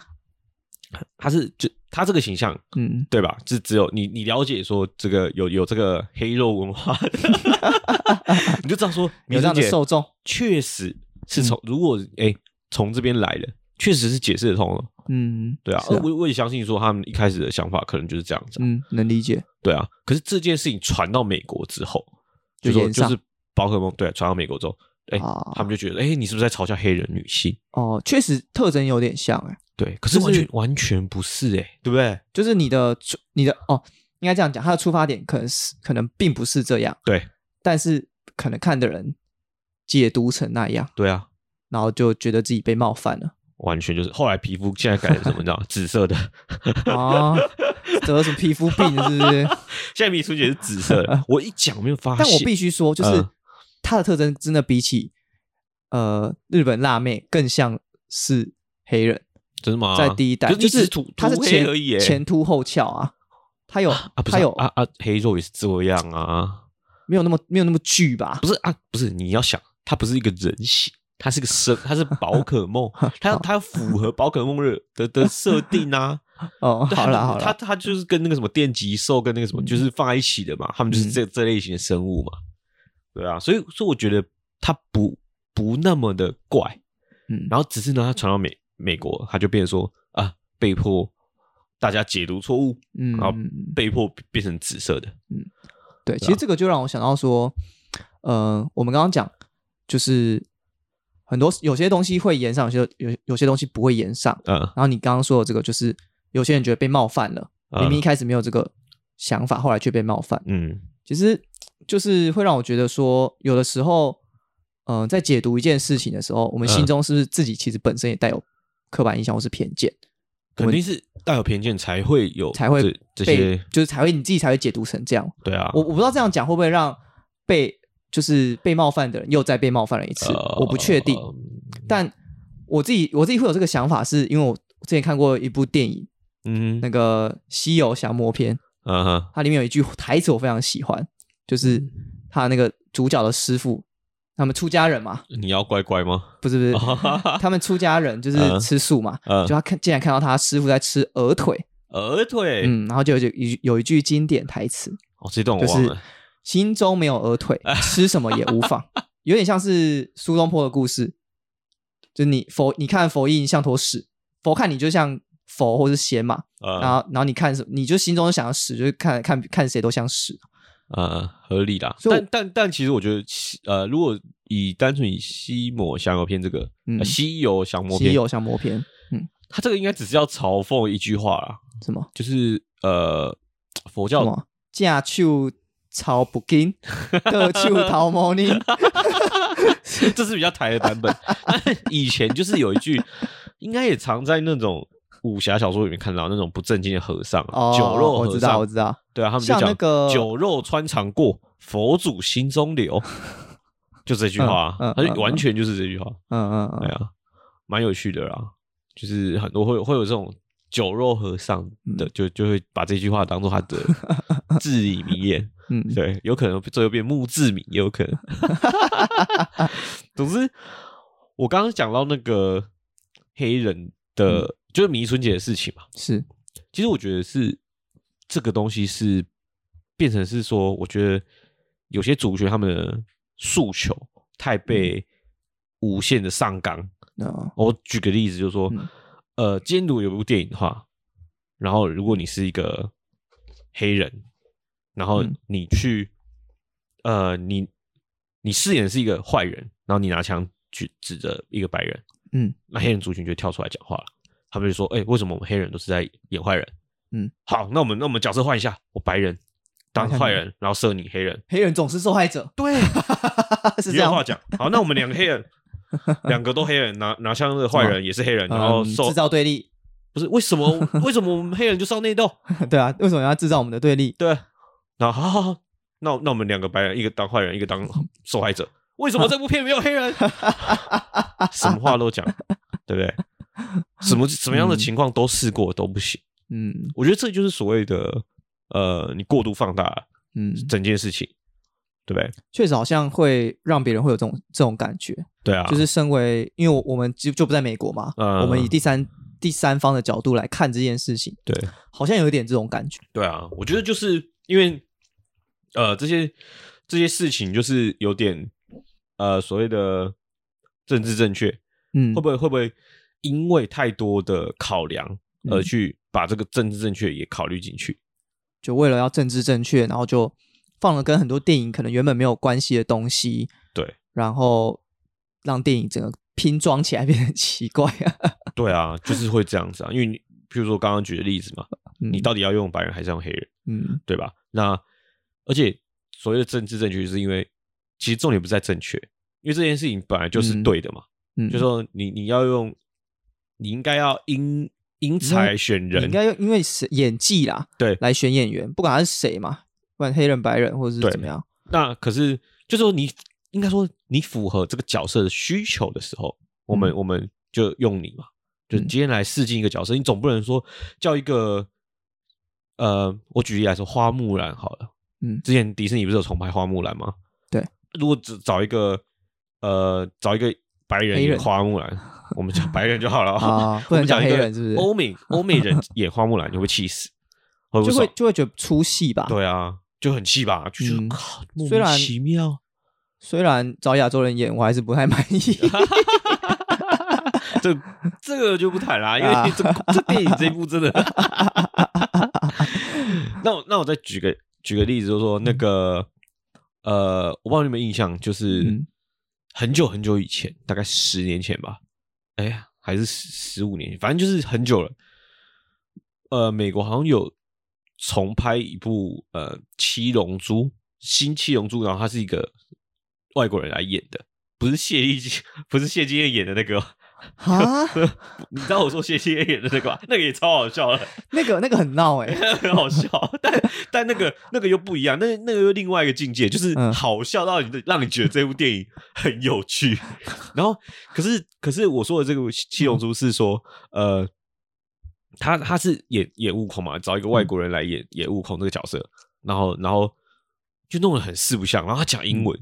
Speaker 1: 他是就他这个形象
Speaker 2: 嗯，
Speaker 1: 对吧？就只有你你了解说这个有有这个黑肉文化， 你就知道说
Speaker 2: 有这
Speaker 1: 米珠
Speaker 2: 样的
Speaker 1: 姐
Speaker 2: 受众，嗯
Speaker 1: 确实是从、如果哎从这边来的，确实是解释得通了，
Speaker 2: 嗯，
Speaker 1: 对啊。
Speaker 2: 是啊
Speaker 1: 我我也相信说他们一开始的想法可能就是这样子啊、
Speaker 2: 嗯，能理解，
Speaker 1: 对啊。可是这件事情传到美国之后，
Speaker 2: 就
Speaker 1: 就说
Speaker 2: 延上
Speaker 1: 就是宝可梦对、传到美国之后，哎、
Speaker 2: 哦
Speaker 1: 他们就觉得哎、你是不是在嘲笑黑人女性？
Speaker 2: 哦，确实特征有点像哎，
Speaker 1: 对，可是
Speaker 2: 就是
Speaker 1: 完全、完全不是哎、对不对？
Speaker 2: 就是你的出你的哦，应该这样讲，它的出发点可能是可能并不是这样，
Speaker 1: 对，
Speaker 2: 但是可能看的人解读成那样，
Speaker 1: 对啊，
Speaker 2: 然后就觉得自己被冒犯了。
Speaker 1: 完全就是后来皮肤现在改成什么？你 知道吗紫色的。
Speaker 2: 哦，得了什么皮肤病是 不是？
Speaker 1: 现在米苏姐是紫色 的，我一讲没有发现，
Speaker 2: 但我必须说，啊就是
Speaker 1: 嗯
Speaker 2: 它的特征真的比起呃日本辣妹更像是黑人，
Speaker 1: 真的吗？
Speaker 2: 在第一代
Speaker 1: 可
Speaker 2: 就
Speaker 1: 只
Speaker 2: 是
Speaker 1: 涂
Speaker 2: 它是
Speaker 1: 涂黑
Speaker 2: 前
Speaker 1: 而已耶，
Speaker 2: 前凸后翘啊，它有
Speaker 1: 啊不是
Speaker 2: 它有
Speaker 1: 啊啊黑肉也是这样啊，
Speaker 2: 没有那么没有那么巨吧
Speaker 1: 不？是啊不是你要想，它不是一个人形。它是个生，它是宝可 梦，它它要符合宝可梦的的的设定啊。
Speaker 2: 哦，
Speaker 1: 对
Speaker 2: 好
Speaker 1: 它
Speaker 2: 啦嗯好
Speaker 1: 它
Speaker 2: 啦，
Speaker 1: 它就是跟那个什么电极兽跟那个什么就是放在一起的嘛，他们
Speaker 2: 嗯
Speaker 1: 就是这这类型的生物嘛，对啊，所以所以我觉得它不不那么的怪，
Speaker 2: 嗯，
Speaker 1: 然后只是呢，他传到美美国，他就变成说啊，被迫大家解读错误，
Speaker 2: 嗯
Speaker 1: 然后
Speaker 2: 嗯嗯
Speaker 1: 被迫变成紫色的。
Speaker 2: 对，
Speaker 1: 啊
Speaker 2: 其实这个就让我想到说，呃，我们刚刚讲就是很多有些东西会延上，有些有有些东西不会延上。
Speaker 1: 嗯
Speaker 2: 然后你刚刚说的这个，就是有些人觉得被冒犯了，
Speaker 1: 嗯
Speaker 2: 明明一开始没有这个想法，后来却被冒犯。
Speaker 1: 嗯
Speaker 2: 其实就是会让我觉得说，有的时候，嗯、在解读一件事情的时候，我们心
Speaker 1: 嗯
Speaker 2: 中是不是自己其实本身也带有刻板印象或是偏见，
Speaker 1: 肯定是带有偏见才会有
Speaker 2: 才会
Speaker 1: 这这
Speaker 2: 被
Speaker 1: 些
Speaker 2: 就是才会你自己才会解读成这样。
Speaker 1: 对啊。
Speaker 2: 我我不知道这样讲会不会让被就是被冒犯的人又再被冒犯了一次，
Speaker 1: 呃
Speaker 2: 我不确定。但我自己我自己会有这个想法，是因为我之前看过一部电影，
Speaker 1: 嗯
Speaker 2: 那个《西游降魔篇》，
Speaker 1: 嗯哼
Speaker 2: 它里面有一句台词我非常喜欢，就是
Speaker 1: 嗯
Speaker 2: 他那个主角的师傅，他们出家人嘛，
Speaker 1: 你要乖乖吗？
Speaker 2: 不是 不是，他们出家人就是
Speaker 1: 嗯
Speaker 2: 吃素嘛，
Speaker 1: 嗯
Speaker 2: 就他看竟然看到他师傅在吃鹅腿，
Speaker 1: 鹅腿、
Speaker 2: 嗯，然后就有有一有一句经典台词，
Speaker 1: 哦，这段哎我
Speaker 2: 就
Speaker 1: 忘
Speaker 2: 是
Speaker 1: 了。
Speaker 2: 心中没有 鹅腿，吃什么也无妨，有点像是苏东坡的故事，就你佛你看佛印像坨屎，佛看你就像佛或是仙嘛，
Speaker 1: 呃
Speaker 2: 然后然后你看什你就心中想要屎，就是看看看谁都像屎，
Speaker 1: 呃，合理啦。
Speaker 2: 所以我
Speaker 1: 但但但其实我觉得西，呃，如果以单纯以西魔降魔篇这个，
Speaker 2: 嗯
Speaker 1: 呃西游降魔篇
Speaker 2: 西，游降魔篇，嗯，
Speaker 1: 他这个应该只是要嘲讽一句话啦。
Speaker 2: 什么
Speaker 1: 就是呃， 佛
Speaker 2: 什
Speaker 1: 教
Speaker 2: 么架秋草不金， 各秋桃毛呢，
Speaker 1: 这是比较台的版本。 但以前就是有一句，应该也常在那种武侠小说里面看到那种不正经的和尚啊，
Speaker 2: 哦，
Speaker 1: 酒肉
Speaker 2: 我
Speaker 1: 和
Speaker 2: 知道
Speaker 1: 尚，
Speaker 2: 我知道，
Speaker 1: 对啊，他们就
Speaker 2: 像
Speaker 1: 讲、
Speaker 2: 那个
Speaker 1: 酒肉穿肠过，佛祖心中留，就这句话、
Speaker 2: 嗯
Speaker 1: 啊
Speaker 2: 嗯，
Speaker 1: 他、
Speaker 2: 嗯
Speaker 1: 就完全就是这句话，
Speaker 2: 嗯嗯
Speaker 1: 哎
Speaker 2: 嗯，
Speaker 1: 呀、蛮有趣的啦，就是很多会有会有这种酒肉和尚的，
Speaker 2: 嗯
Speaker 1: 就就会把这句话当做他的至理名言。
Speaker 2: 嗯，
Speaker 1: 对，有可能最后变墓志铭，也有可能。总之，我刚刚讲到那个黑人的，就是迷春节的事情嘛。
Speaker 2: 是，
Speaker 1: 其实我觉得是这个东西是变成是说，我觉得有些族群他们的诉求太被无限的上纲。
Speaker 2: 哦，
Speaker 1: 我举个例子，就是说，
Speaker 2: 嗯
Speaker 1: 呃，今天如果有部电影的话，然后如果你是一个黑人，然后
Speaker 2: 嗯
Speaker 1: 你去，呃，你你饰演的是一个坏人，然后你拿枪举指着一个白人，
Speaker 2: 嗯，
Speaker 1: 那黑人族群就会跳出来讲话了，他们就说，哎、为什么我们黑人都是在演坏人？
Speaker 2: 嗯，
Speaker 1: 好，那我们那我们角色换一下，我白人当
Speaker 2: 拿枪
Speaker 1: 坏人，然后射你黑 人，
Speaker 2: 黑人总是受害者，
Speaker 1: 对，
Speaker 2: 是
Speaker 1: 你
Speaker 2: 这
Speaker 1: 有
Speaker 2: 样
Speaker 1: 话
Speaker 2: 吗，
Speaker 1: 讲。好，那我们两个黑 人，两个都黑人，拿拿枪的坏人也是黑人，然后
Speaker 2: 嗯
Speaker 1: 受
Speaker 2: 制造对立，
Speaker 1: 不是为什么？ 为什么我们黑人就是要内斗？
Speaker 2: 对啊，为什么要制造我们的对立？
Speaker 1: 对，然后好好好，那那我们两个白人，一个当坏人，一个当受害者，为什么这部片没有黑 人？什么话都讲，对不对？什么什么样的情况都试过都不行。
Speaker 2: 嗯
Speaker 1: 我觉得这就是所谓的呃，你过度放大
Speaker 2: 嗯，
Speaker 1: 整件事情，对不对？
Speaker 2: 确实好像会让别人会有这种这种感觉，
Speaker 1: 对啊，
Speaker 2: 就是身为，因为我我们就就不在美国嘛，
Speaker 1: 嗯
Speaker 2: 我们以第三第三方的角度来看这件事情，
Speaker 1: 对。
Speaker 2: 好像有一点这种感觉。
Speaker 1: 对啊，我觉得就是因为呃这些这些事情就是有点呃所谓的政治正确，
Speaker 2: 嗯，
Speaker 1: 会不会会不会因为太多的考量而
Speaker 2: 嗯
Speaker 1: 去把这个政治正确也考虑进去？
Speaker 2: 就为了要政治正确，然后就放了跟很多电影可能原本没有关系的东西，
Speaker 1: 对，
Speaker 2: 然后让电影整个拼装起来 变得很奇怪啊。
Speaker 1: 对啊，就是会这样子啊，因为你譬如说刚刚举的例子嘛，
Speaker 2: 嗯
Speaker 1: 你到底要用白人还是用黑人，
Speaker 2: 嗯
Speaker 1: 对吧？那而且所谓的政治正确，就是因为其实重点不在正确，因为这件事情本来就是
Speaker 2: 嗯
Speaker 1: 对的嘛。
Speaker 2: 嗯，
Speaker 1: 就说你你要用，你应该要因因材选
Speaker 2: 你
Speaker 1: 人
Speaker 2: 应，该用因为是演技啦，
Speaker 1: 对
Speaker 2: 来选演员，不管他是谁嘛，不管黑人、白人或者
Speaker 1: 对
Speaker 2: 是怎么样，
Speaker 1: 那可是就说你应该说你符合这个角色的需求的时候，我们、
Speaker 2: 嗯
Speaker 1: 我们就用你嘛，就
Speaker 2: 嗯
Speaker 1: 今天来试镜一个角色，你总不能说叫一个。呃，我举例来说，花木兰好了，
Speaker 2: 嗯
Speaker 1: 之前迪士尼不是有重拍花木兰吗？
Speaker 2: 对，
Speaker 1: 如果只找一个呃找一个白人
Speaker 2: 黑
Speaker 1: 演
Speaker 2: 人
Speaker 1: 花木 兰，我们讲白人就好了
Speaker 2: 啊不
Speaker 1: 哦我们
Speaker 2: 能
Speaker 1: 讲
Speaker 2: 讲
Speaker 1: 一
Speaker 2: 黑
Speaker 1: 个
Speaker 2: 人是不是
Speaker 1: 欧美欧美人演花木兰，你会不会气死？会不会
Speaker 2: 就会
Speaker 1: 爽？
Speaker 2: 就会觉得出戏吧。
Speaker 1: 对啊，就很气吧？就觉得
Speaker 2: 嗯
Speaker 1: 靠，莫
Speaker 2: 虽
Speaker 1: 名
Speaker 2: 然
Speaker 1: 其妙，
Speaker 2: 虽然找亚洲人演，我还是不太 满意。
Speaker 1: 这这个就不谈啦，因
Speaker 2: 啊
Speaker 1: 为这这电影这一部真的。 那我那我再举个举个例子，就是说那
Speaker 2: 嗯
Speaker 1: 个呃，我不知道你们有没有印象，就是
Speaker 2: 嗯
Speaker 1: 很久很久以前，大概十年前吧，哎呀，还是十十五年，反正就是很久了。呃，美国好像有重拍一部呃《七龙珠》新《七龙珠》，然后他是一个外国人来演的，不是谢丽金， 不是谢金燕演的那个哦，
Speaker 2: 啊，
Speaker 1: 你知道我说谢金燕演的那个吗？ 那个也超好笑的，
Speaker 2: 那个那个很闹哎、
Speaker 1: 很好笑， 但但那个那个又不一样，那那个又另外一个境界，就是
Speaker 2: 嗯
Speaker 1: 好笑到你让你觉得这部电影很有趣。 然后，可是可是我说的这个《七龙珠》是说，呃，他他是演演悟空嘛，找一个外国人来演演悟空这个角色，然后然后就弄得很四不像，然后他讲英文，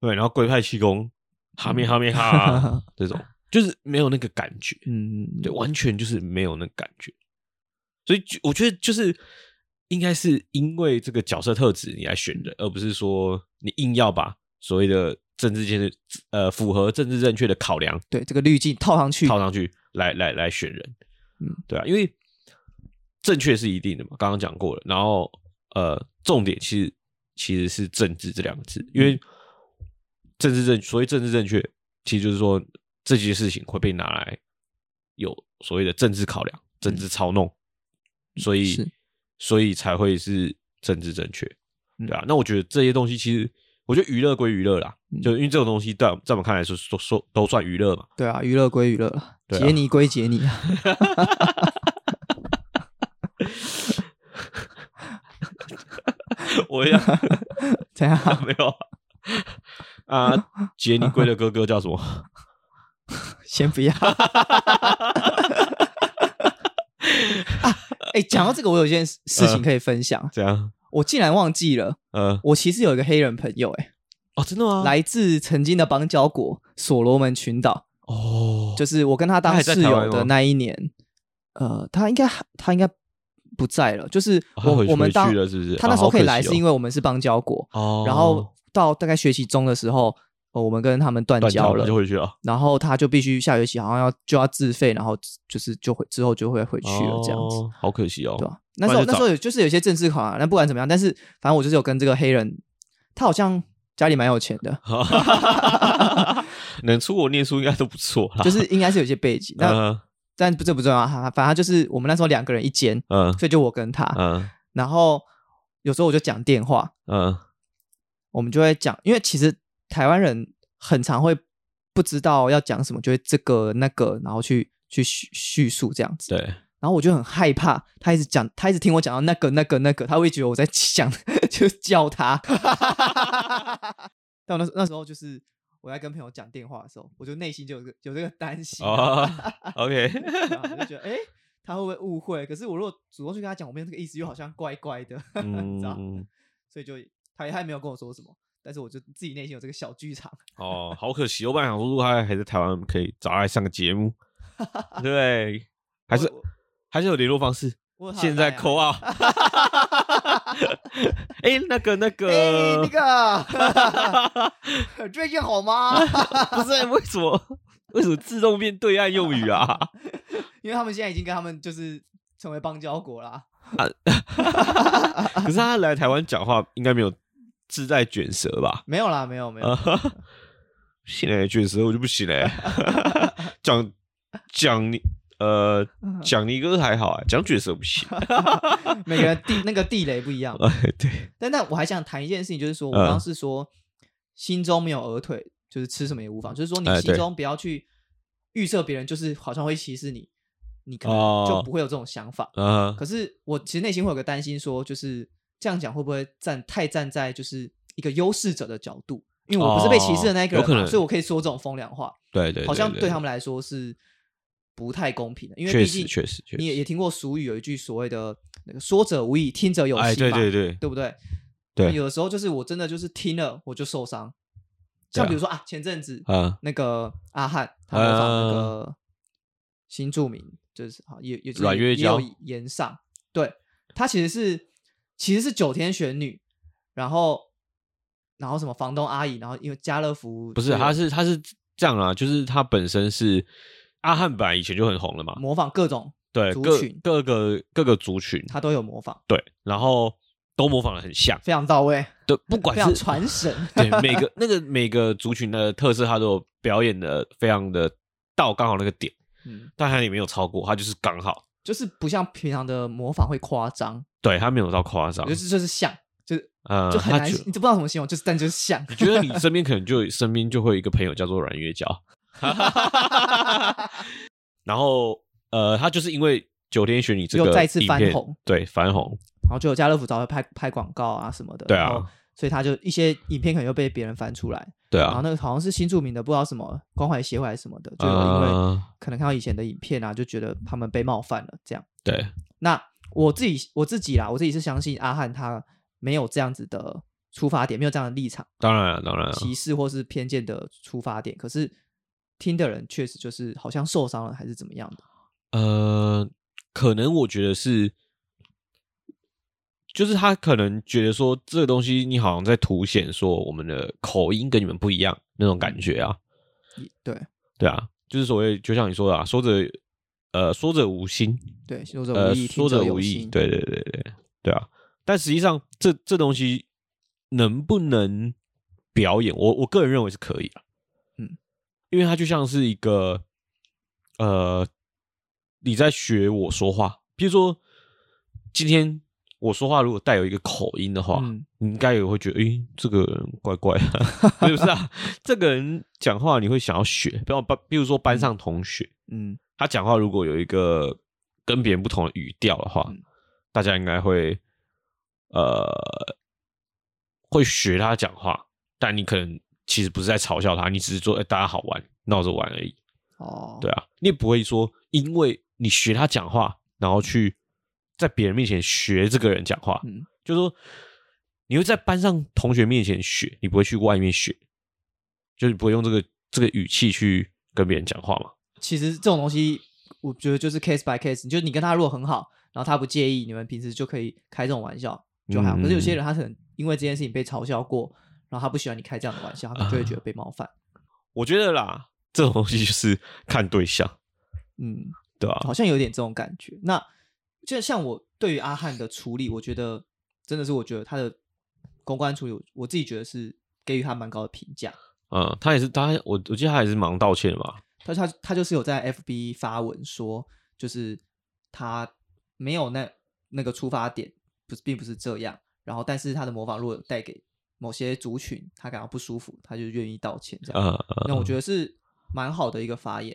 Speaker 1: 对，然后龟派气功，哈咩哈咩 哈这种，就是没有那个感觉，
Speaker 2: 嗯，
Speaker 1: 对，完全啊就是没有那感觉。所以就我觉得就是应该是因为这个角色特质你来选的，而不是说你硬要把所谓的政治正确呃符合政治正确的考量
Speaker 2: 对，这个滤镜套上去，
Speaker 1: 套上去来来来选人。
Speaker 2: 嗯，
Speaker 1: 对啊，因为正确是一定的嘛，刚刚讲过了。然后呃，重点其实其实是政治这两个字，
Speaker 2: 嗯
Speaker 1: 因为政治正所谓政治正确，其实就是说这些事情会被拿来有所谓的政治考量、政治操弄，所以
Speaker 2: 嗯是
Speaker 1: 所以才会是政治正确，
Speaker 2: 嗯
Speaker 1: 对啊。那我觉得这些东西其实。我觉得娱乐归娱乐啦，
Speaker 2: 嗯
Speaker 1: 就因为这种东西在我在我们看来说说说都算娱乐嘛，
Speaker 2: 对啊，娱乐归娱乐啦，
Speaker 1: 对啊
Speaker 2: 解你归解你啊，
Speaker 1: 我也
Speaker 2: 怎样？
Speaker 1: 没有啊。啊杰尼龟的哥哥叫什么？
Speaker 2: 先不要，哎讲到这个，我有一件事事情
Speaker 1: 嗯
Speaker 2: 可以分享，
Speaker 1: 这样，
Speaker 2: 我竟然忘记了，
Speaker 1: 呃，
Speaker 2: 我其实有一个黑人朋友、欸，
Speaker 1: 哦，真的吗？
Speaker 2: 来自曾经的邦交国所罗门群岛，
Speaker 1: 哦，
Speaker 2: 就是我跟他
Speaker 1: 他
Speaker 2: 当
Speaker 1: 还在
Speaker 2: 室
Speaker 1: 台湾
Speaker 2: 友的
Speaker 1: 吗
Speaker 2: 那一年，呃，他应该他应该不在了，就是
Speaker 1: 哦他
Speaker 2: 我、
Speaker 1: 回
Speaker 2: 我们
Speaker 1: 回
Speaker 2: 当
Speaker 1: 去了是不啊是哦
Speaker 2: 他那时候可以来，是因
Speaker 1: 为
Speaker 2: 为我们是邦交国，
Speaker 1: 哦，
Speaker 2: 然后到大概学期中的时候，呃我们跟他们断
Speaker 1: 断
Speaker 2: 交
Speaker 1: 交
Speaker 2: 了
Speaker 1: 就。回去了，
Speaker 2: 然后他就必须下学期好像要就要自费，然后就是就会之后就会回去了这样子。
Speaker 1: 哦，好可惜哦，
Speaker 2: 对吧、啊那时
Speaker 1: 不
Speaker 2: 候
Speaker 1: 然就
Speaker 2: 那时候有就是有一些政治考啊量，那不管怎么样，但是反正我就是有跟这个黑人，他好像家里蛮有钱 的，
Speaker 1: 能出国念书应该都不错啦，
Speaker 2: 就是应该是有一些 背景。那、
Speaker 1: 嗯
Speaker 2: 但不这不重要，哈反正就是我们那时候两个人一间，
Speaker 1: 嗯
Speaker 2: 所以就我跟他，
Speaker 1: 嗯
Speaker 2: 然后有时候我就讲电话，
Speaker 1: 嗯，
Speaker 2: 我们就会讲，因为其实台湾人很常会不知道要讲什么，就会这个那个，然后去去叙叙述这样子。
Speaker 1: 对，
Speaker 2: 然后我就很害怕，他一直讲，他一直听我讲到那个、那个、那个，他会觉得我在 讲，就叫他。 但我那时那时候就是我在跟朋友讲电话的时候，我就内心就有这个有这个担心，啊
Speaker 1: 哦 ，OK，
Speaker 2: 然后我就觉得哎、诶他会不会误会？可是我如果主动去跟他讲，我没有这个意思，又好像怪怪的， 你知道？
Speaker 1: 嗯，
Speaker 2: 所以就他他也没有跟我说什么，但是我就自己内心有这个小剧场。
Speaker 1: 哦，好可惜，我本来想说，如果他还在台湾，可以找他来上个节 目，对，还是
Speaker 2: 我
Speaker 1: 还是有联络方式，
Speaker 2: 我有他的
Speaker 1: 现在
Speaker 2: line 啊
Speaker 1: 扣啊， 哎，那个那
Speaker 2: 哎、
Speaker 1: 个
Speaker 2: 那，哎个最近好吗？
Speaker 1: 不是为什么为什么自动变对岸用语 啊？
Speaker 2: 因为他们现在已经跟他们就是成为邦交国啦。
Speaker 1: 可是他来台湾讲话应该没有自带卷舌吧？
Speaker 2: 没有啦，没有没 有，
Speaker 1: 啊哈哈，现在卷舌我就不行 嘞、讲讲你呃
Speaker 2: 嗯
Speaker 1: 讲你哥还好、欸，讲卷舌不 行。
Speaker 2: 每个人地那个地雷不 一样。
Speaker 1: 哎，对，
Speaker 2: 但那我还想谈一件事情，就是说我
Speaker 1: 嗯
Speaker 2: 刚刚是说、心中没有鹅腿，就是吃什么也无妨，就是说你
Speaker 1: 哎
Speaker 2: 心
Speaker 1: 对
Speaker 2: 中不要去预设别人，就是好像会歧视你，你可能
Speaker 1: 哦
Speaker 2: 就不会有这种想法。
Speaker 1: 啊、
Speaker 2: 可是我其实内心会有个担心说就是这样讲会不会站太站在就是一个优势者的角度？因为我不是被歧视的那一个
Speaker 1: 哦
Speaker 2: 人
Speaker 1: 有可
Speaker 2: 嘛，
Speaker 1: 能
Speaker 2: 所以我可以说这种风凉话。
Speaker 1: 对对对
Speaker 2: 好像对他
Speaker 1: 们
Speaker 2: 们来说是不太公平的，因为
Speaker 1: 确
Speaker 2: 毕
Speaker 1: 实
Speaker 2: 竟
Speaker 1: 确实确
Speaker 2: 你也
Speaker 1: 实，
Speaker 2: 也听过俗语有一句所谓的那个“说者无意，听者有心”嘛，
Speaker 1: 哎，对对对
Speaker 2: 对不对？
Speaker 1: 对
Speaker 2: 那有的时候就是我真的就是听了我就受伤，
Speaker 1: 对啊
Speaker 2: 像比如说啊，前阵子
Speaker 1: 啊，
Speaker 2: 那个阿汉他模仿
Speaker 1: 嗯
Speaker 2: 那个新著名，就是好也也
Speaker 1: 阮月
Speaker 2: 也有
Speaker 1: 娇
Speaker 2: 言上，对他其实是其实是九天玄女，然后然后什么房东阿姨，然后因为家乐福
Speaker 1: 不是，
Speaker 2: 就有
Speaker 1: 他是他是这样啊，就是他本身是阿汉版以前就很红了嘛，
Speaker 2: 模仿各种
Speaker 1: 对，
Speaker 2: 族
Speaker 1: 各
Speaker 2: 群
Speaker 1: 各个各个族群，
Speaker 2: 他都有模仿，
Speaker 1: 对，然后都模仿的很像，
Speaker 2: 非常到位，
Speaker 1: 对，不管
Speaker 2: 非常
Speaker 1: 是
Speaker 2: 传 神。
Speaker 1: 对，每个那个每个族群的特色，它都有表演的非常的到刚好那个点，
Speaker 2: 嗯，
Speaker 1: 但它也没有超过，它就是刚好，
Speaker 2: 就是不像平常的模仿会夸张，
Speaker 1: 对，它没有到夸张
Speaker 2: 就，是就是像，就是
Speaker 1: 呃，
Speaker 2: 就很
Speaker 1: 啊他
Speaker 2: 难，
Speaker 1: 觉
Speaker 2: 你都不知道怎么形容，就是但就 是像。
Speaker 1: 你觉得你 身边可能就有身边就会有一个朋友叫做阮月娇，然后呃，他就是因为九天玄女这
Speaker 2: 又
Speaker 1: 个
Speaker 2: 再次
Speaker 1: 影
Speaker 2: 翻
Speaker 1: 片
Speaker 2: 红，
Speaker 1: 对，翻红，
Speaker 2: 然后就有家乐福找他拍拍广告啊什么的，
Speaker 1: 对啊
Speaker 2: 然后所以他就一些影片可能又被别人翻出来，
Speaker 1: 对
Speaker 2: 然后
Speaker 1: 啊，
Speaker 2: 那个好像是新著名的，不知道什么关怀协会还是什么的，就有因为
Speaker 1: 呃，
Speaker 2: 可能看到以前的影片啊，就觉得他们被冒犯了这样。
Speaker 1: 对，
Speaker 2: 那我自己我自己啦，我自己是相信阿汉他没有这样子的出发点，没有这样的立场。
Speaker 1: 当然了，当然了，
Speaker 2: 歧视或是偏见的出发点，可是听的人确实就是好像受伤了还是怎么样的。
Speaker 1: 呃，可能我觉得是，就是他可能觉得说这个东西你好像在凸显说我们的口音跟你们不一样那种感觉啊，
Speaker 2: 也对
Speaker 1: 对啊，就是所谓就像你说的啊，说者呃说者无心，
Speaker 2: 对，说者
Speaker 1: 呃
Speaker 2: 无意，听
Speaker 1: 说者
Speaker 2: 有
Speaker 1: 无意，
Speaker 2: 心。
Speaker 1: 对对对对对啊，但实际上这这东西能不能表演，我我个人认为是可以啊，
Speaker 2: 嗯，
Speaker 1: 因为它就像是一个呃，你在学我说话，比如说今天我说话如果带有一个口音的话，
Speaker 2: 嗯
Speaker 1: 你应该也会觉得，诶、这个人怪怪 的，是不是啊？这个人讲话你会想要学，比方班，比如说班上同学，
Speaker 2: 嗯，
Speaker 1: 他讲话如果有一个跟别人不同的语调的话，
Speaker 2: 嗯
Speaker 1: 大家应该会呃会学他讲话，但你可能其实不是在嘲笑他，你只是说、哎大家好玩闹着玩而已，
Speaker 2: 哦，
Speaker 1: 对啊，你也不会说因为你学他讲话，然后去在别人面前学这个人讲话，
Speaker 2: 嗯
Speaker 1: 就是说你会在班上同学面前学，你不会去外面学，就是你不会用这个这个语气去跟别人讲话嘛。
Speaker 2: 其实这种东西，我觉得就是 case by case，就是你跟他如果很好，然后他不介意，你们平时就可以开这种玩笑就还好。
Speaker 1: 嗯
Speaker 2: 可是有些人他可能因为这件事情被嘲笑过，然后他不喜欢你开这样的玩笑，他可能就会觉得
Speaker 1: 啊
Speaker 2: 被冒犯。
Speaker 1: 我觉得啦，这种东西就是看对象，
Speaker 2: 嗯，
Speaker 1: 对啊吧、
Speaker 2: 好像有点这种感觉。那就像我对于阿汉的处理，我觉得真的是我觉得他的公关处理，我我自己觉得是给予他蛮高的评价。
Speaker 1: 嗯，他也是，他我我记得他也是忙道歉吧？
Speaker 2: 他他他就是有在 FB 发文说，就是他没有那那个出发点，不是并不是这样。然后，但是他的模仿如果有带给某些族群他感到不舒服，他就愿意道歉这样。
Speaker 1: 嗯，嗯
Speaker 2: 那我觉得是蛮好的一个发言，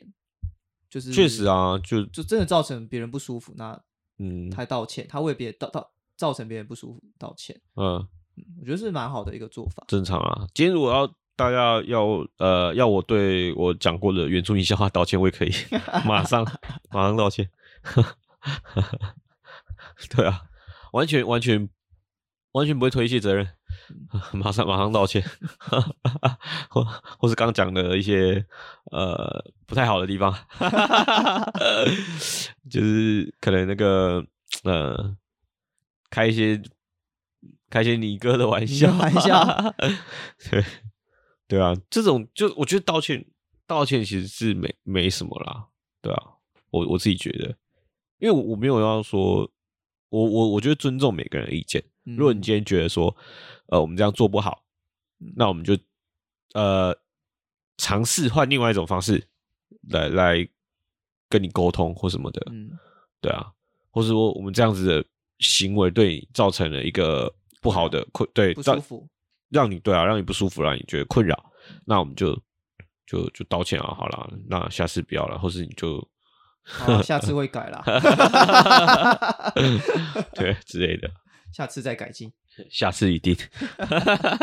Speaker 2: 就是
Speaker 1: 确实，啊，就
Speaker 2: 就真的造成别人不舒服，那
Speaker 1: 嗯
Speaker 2: 他道歉，他为别人道道造成别人不舒服道歉，
Speaker 1: 嗯，
Speaker 2: 嗯我觉得是蛮好的一个做法。
Speaker 1: 正常啊。今天如果要大家要呃要我对我讲过的原住民笑话道歉，我也可以马上马上道歉。 对啊，完全完全完全不会推卸责任，马上马上道歉， 或或是刚讲的一些呃不太好的地方， 就是可能那个呃开一些开一些你哥的玩笑，
Speaker 2: 你的玩笑，
Speaker 1: 对对啊，这种就我觉得道歉道歉其实是没没什么啦，对啊，我我自己觉得，因为我我没有要说，我我我觉得尊重每个人的意见。如果你
Speaker 2: 嗯
Speaker 1: 今天觉得说，呃，我们这样做不好，那我们就呃尝试换另外一种方式来来跟你沟通或什么的，
Speaker 2: 嗯
Speaker 1: 对啊，或是说我们这样子的行为对你造成了一个不好的困，对，
Speaker 2: 不
Speaker 1: 造
Speaker 2: 舒服，
Speaker 1: 让你对啊，让你不舒服，让你觉得困扰，那我们就就就道歉啊，好啦，那下次不要了，或是你就
Speaker 2: 好啊，下次会改啦，
Speaker 1: 对之类的，
Speaker 2: 下次再改进。
Speaker 1: 下次一定。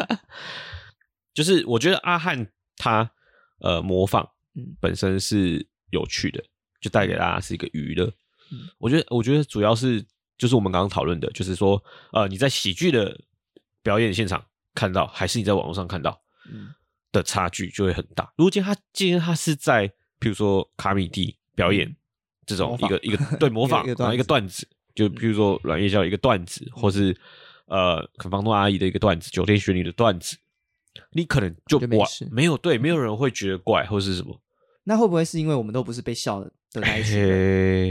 Speaker 1: 就是我觉得阿汉他呃模仿
Speaker 2: 嗯
Speaker 1: 本身是有趣的，就带给大家是一个娱乐。
Speaker 2: 嗯
Speaker 1: 我觉得我觉得主要是就是我们刚刚讨论的，就是说呃你在喜剧的表演现场看到，还是你在网络上看到，
Speaker 2: 嗯。
Speaker 1: 的差距就会很大。如果今天他今天他是在譬如说卡米蒂表演这种
Speaker 2: 嗯模
Speaker 1: 一
Speaker 2: 仿
Speaker 1: 个一个对模仿
Speaker 2: 一个一个嗯
Speaker 1: 然后一个段子，就譬如说阮夜宵的一个段子，或是呃可能房东阿姨的一个段子，酒店学女的段子，你可能就
Speaker 2: 就没
Speaker 1: 哇
Speaker 2: 事
Speaker 1: 没有对，没有人会觉得怪或是什么，
Speaker 2: 那会不会是因为我们都不是被笑的的那一群 人？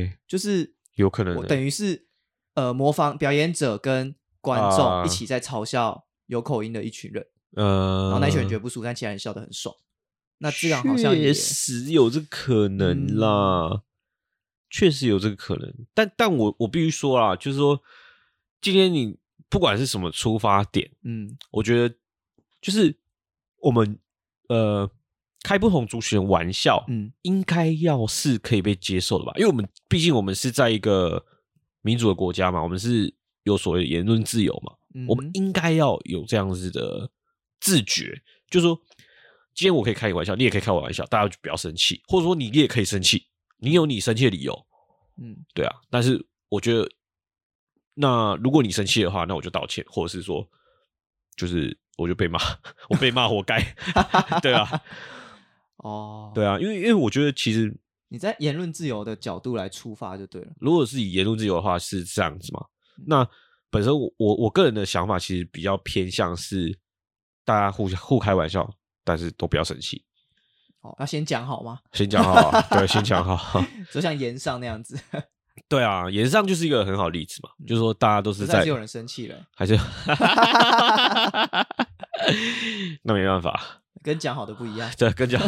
Speaker 1: 嘿
Speaker 2: 就是
Speaker 1: 有可能
Speaker 2: 我
Speaker 1: 欸
Speaker 2: 等于是呃模仿表演者跟观众
Speaker 1: 啊
Speaker 2: 一起在嘲笑有口音的一群人，
Speaker 1: 呃，
Speaker 2: 然后那一群人觉得不舒服，但其他人笑得很爽。那这样好像也
Speaker 1: 确
Speaker 2: 嗯
Speaker 1: 实有这个可能啦，确、实有这个可能。但但我我必须说啦，就是说，今天你不管是什么出发点，
Speaker 2: 嗯
Speaker 1: 我觉得就是我们呃开不同族群的玩笑，
Speaker 2: 嗯
Speaker 1: 应该要是可以被接受的吧？因为我们毕竟我们是在一个民主的国家嘛，我们是有所谓的言论自由嘛，
Speaker 2: 嗯，
Speaker 1: 我们应该要有这样子的自觉，就是说，今天我可以开你玩笑，你也可以开我玩笑，大家就不要生气，或者说你也可以生气，你有你生气的理由，
Speaker 2: 嗯
Speaker 1: 对啊。但是我觉得，那如果你生气的话，那我就道歉，或者是说，就是我就被骂， 我被骂活该，对啊，
Speaker 2: 哦，，
Speaker 1: 对啊，因为因为我觉得其实
Speaker 2: 你在言论自由的角度来出发就对了。
Speaker 1: 如果是以言论自由的话是这样子嘛？那本身我我我个人的想法其实比较偏向是大家互相互开玩笑，但是都不要生气，
Speaker 2: 哦，要先讲好吗？
Speaker 1: 先讲好啊，对，先讲好。
Speaker 2: 就像言上那样子，
Speaker 1: 对啊，言上就是一个很好的例子嘛，就是说大家都是
Speaker 2: 实
Speaker 1: 在
Speaker 2: 在是有人生气了，
Speaker 1: 还是，那没办法，
Speaker 2: 跟讲好的不一样。
Speaker 1: 这 更加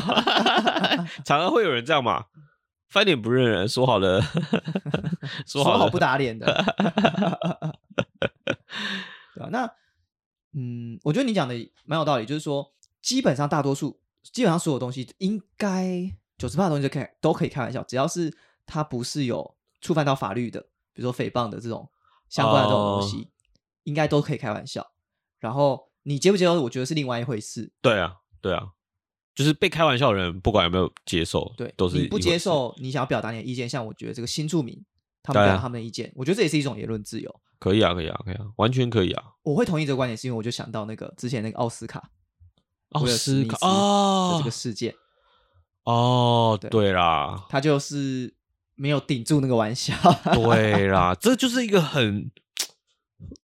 Speaker 1: 常常会有人这样嘛，翻脸不认人，说好 的说好
Speaker 2: 好
Speaker 1: 的
Speaker 2: 不打 脸的，对啊，那嗯，我觉得你讲的蛮有道理，就是说，基本上大多数，基本上所有东西应该九十八的东西就可以都可以开玩笑，只要是它不是有触犯到法律的，比如说诽谤的这种相关的这种东西，
Speaker 1: 哦
Speaker 2: 应该都可以开玩笑。然后你接不接受，我觉得是另外一回事。
Speaker 1: 对啊，对啊，就是被开玩笑的人，不管有没有接受，
Speaker 2: 对，
Speaker 1: 都是
Speaker 2: 你不
Speaker 1: 一回
Speaker 2: 接
Speaker 1: 事。
Speaker 2: 受，你想要表达你的意见，像我觉得这个新住民他们
Speaker 1: 对
Speaker 2: 表
Speaker 1: 啊
Speaker 2: 达他们的意见。我觉得这也是一种言论自由。
Speaker 1: 可以啊，可以啊，可以啊，完全可以啊。
Speaker 2: 我会同意这个观点，是因为我就想到那个之前那个奥斯卡
Speaker 1: 奥
Speaker 2: 威尔
Speaker 1: 斯
Speaker 2: 史密
Speaker 1: 卡
Speaker 2: 斯的
Speaker 1: 哦
Speaker 2: 这个事件，
Speaker 1: 哦，
Speaker 2: 对
Speaker 1: 对啦，
Speaker 2: 他就是没有顶住那个玩笑。
Speaker 1: 对啦，这就是一个很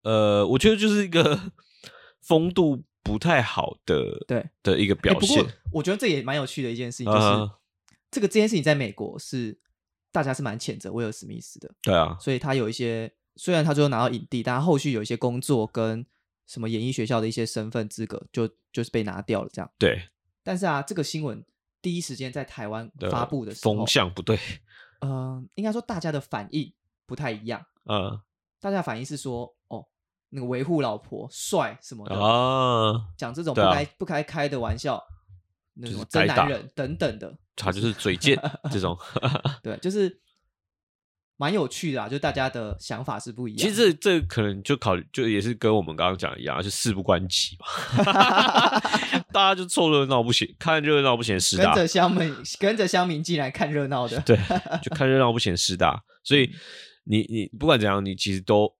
Speaker 1: 呃，我觉得就是一个 风度不太好的
Speaker 2: 对，
Speaker 1: 的一个
Speaker 2: 哎
Speaker 1: 表
Speaker 2: 不
Speaker 1: 现
Speaker 2: 过。我觉得这也蛮有趣的一件事情，就是、
Speaker 1: 嗯
Speaker 2: 这个这件事情在美国是大家是蛮谴责威尔史密斯的，
Speaker 1: 对啊，
Speaker 2: 所以他有一些虽然他最后拿到影帝，但他后续有一些工作跟什么演艺学校的一些身份资格就就是被拿掉了这样。
Speaker 1: 对
Speaker 2: 但是啊，这个新闻第一时间在台湾
Speaker 1: 的
Speaker 2: 发布的时候
Speaker 1: 风，向不对，
Speaker 2: 嗯、应该说大家的反应不太一样，
Speaker 1: 嗯
Speaker 2: 大家的反应是说，哦，那个维护老婆帅什么的，
Speaker 1: 啊，
Speaker 2: 讲这种不
Speaker 1: 对啊
Speaker 2: 该、不该开的玩笑，那
Speaker 1: 就是
Speaker 2: 种
Speaker 1: 该打
Speaker 2: 真男人等等的，
Speaker 1: 他就是嘴 贱这种。
Speaker 2: 对，就是蛮有趣的啊，就大家的想法是不一样。
Speaker 1: 其实这这可能就考虑，就也是跟我们刚刚讲的一样，就事不关己嘛。 大家就凑热闹不嫌，看热闹不嫌事
Speaker 2: 跟
Speaker 1: 大，
Speaker 2: 着乡民，跟着乡民进来看热闹的，
Speaker 1: 对，就看热闹不嫌事 大。所
Speaker 2: 嗯
Speaker 1: 以你你不管怎样，你其实都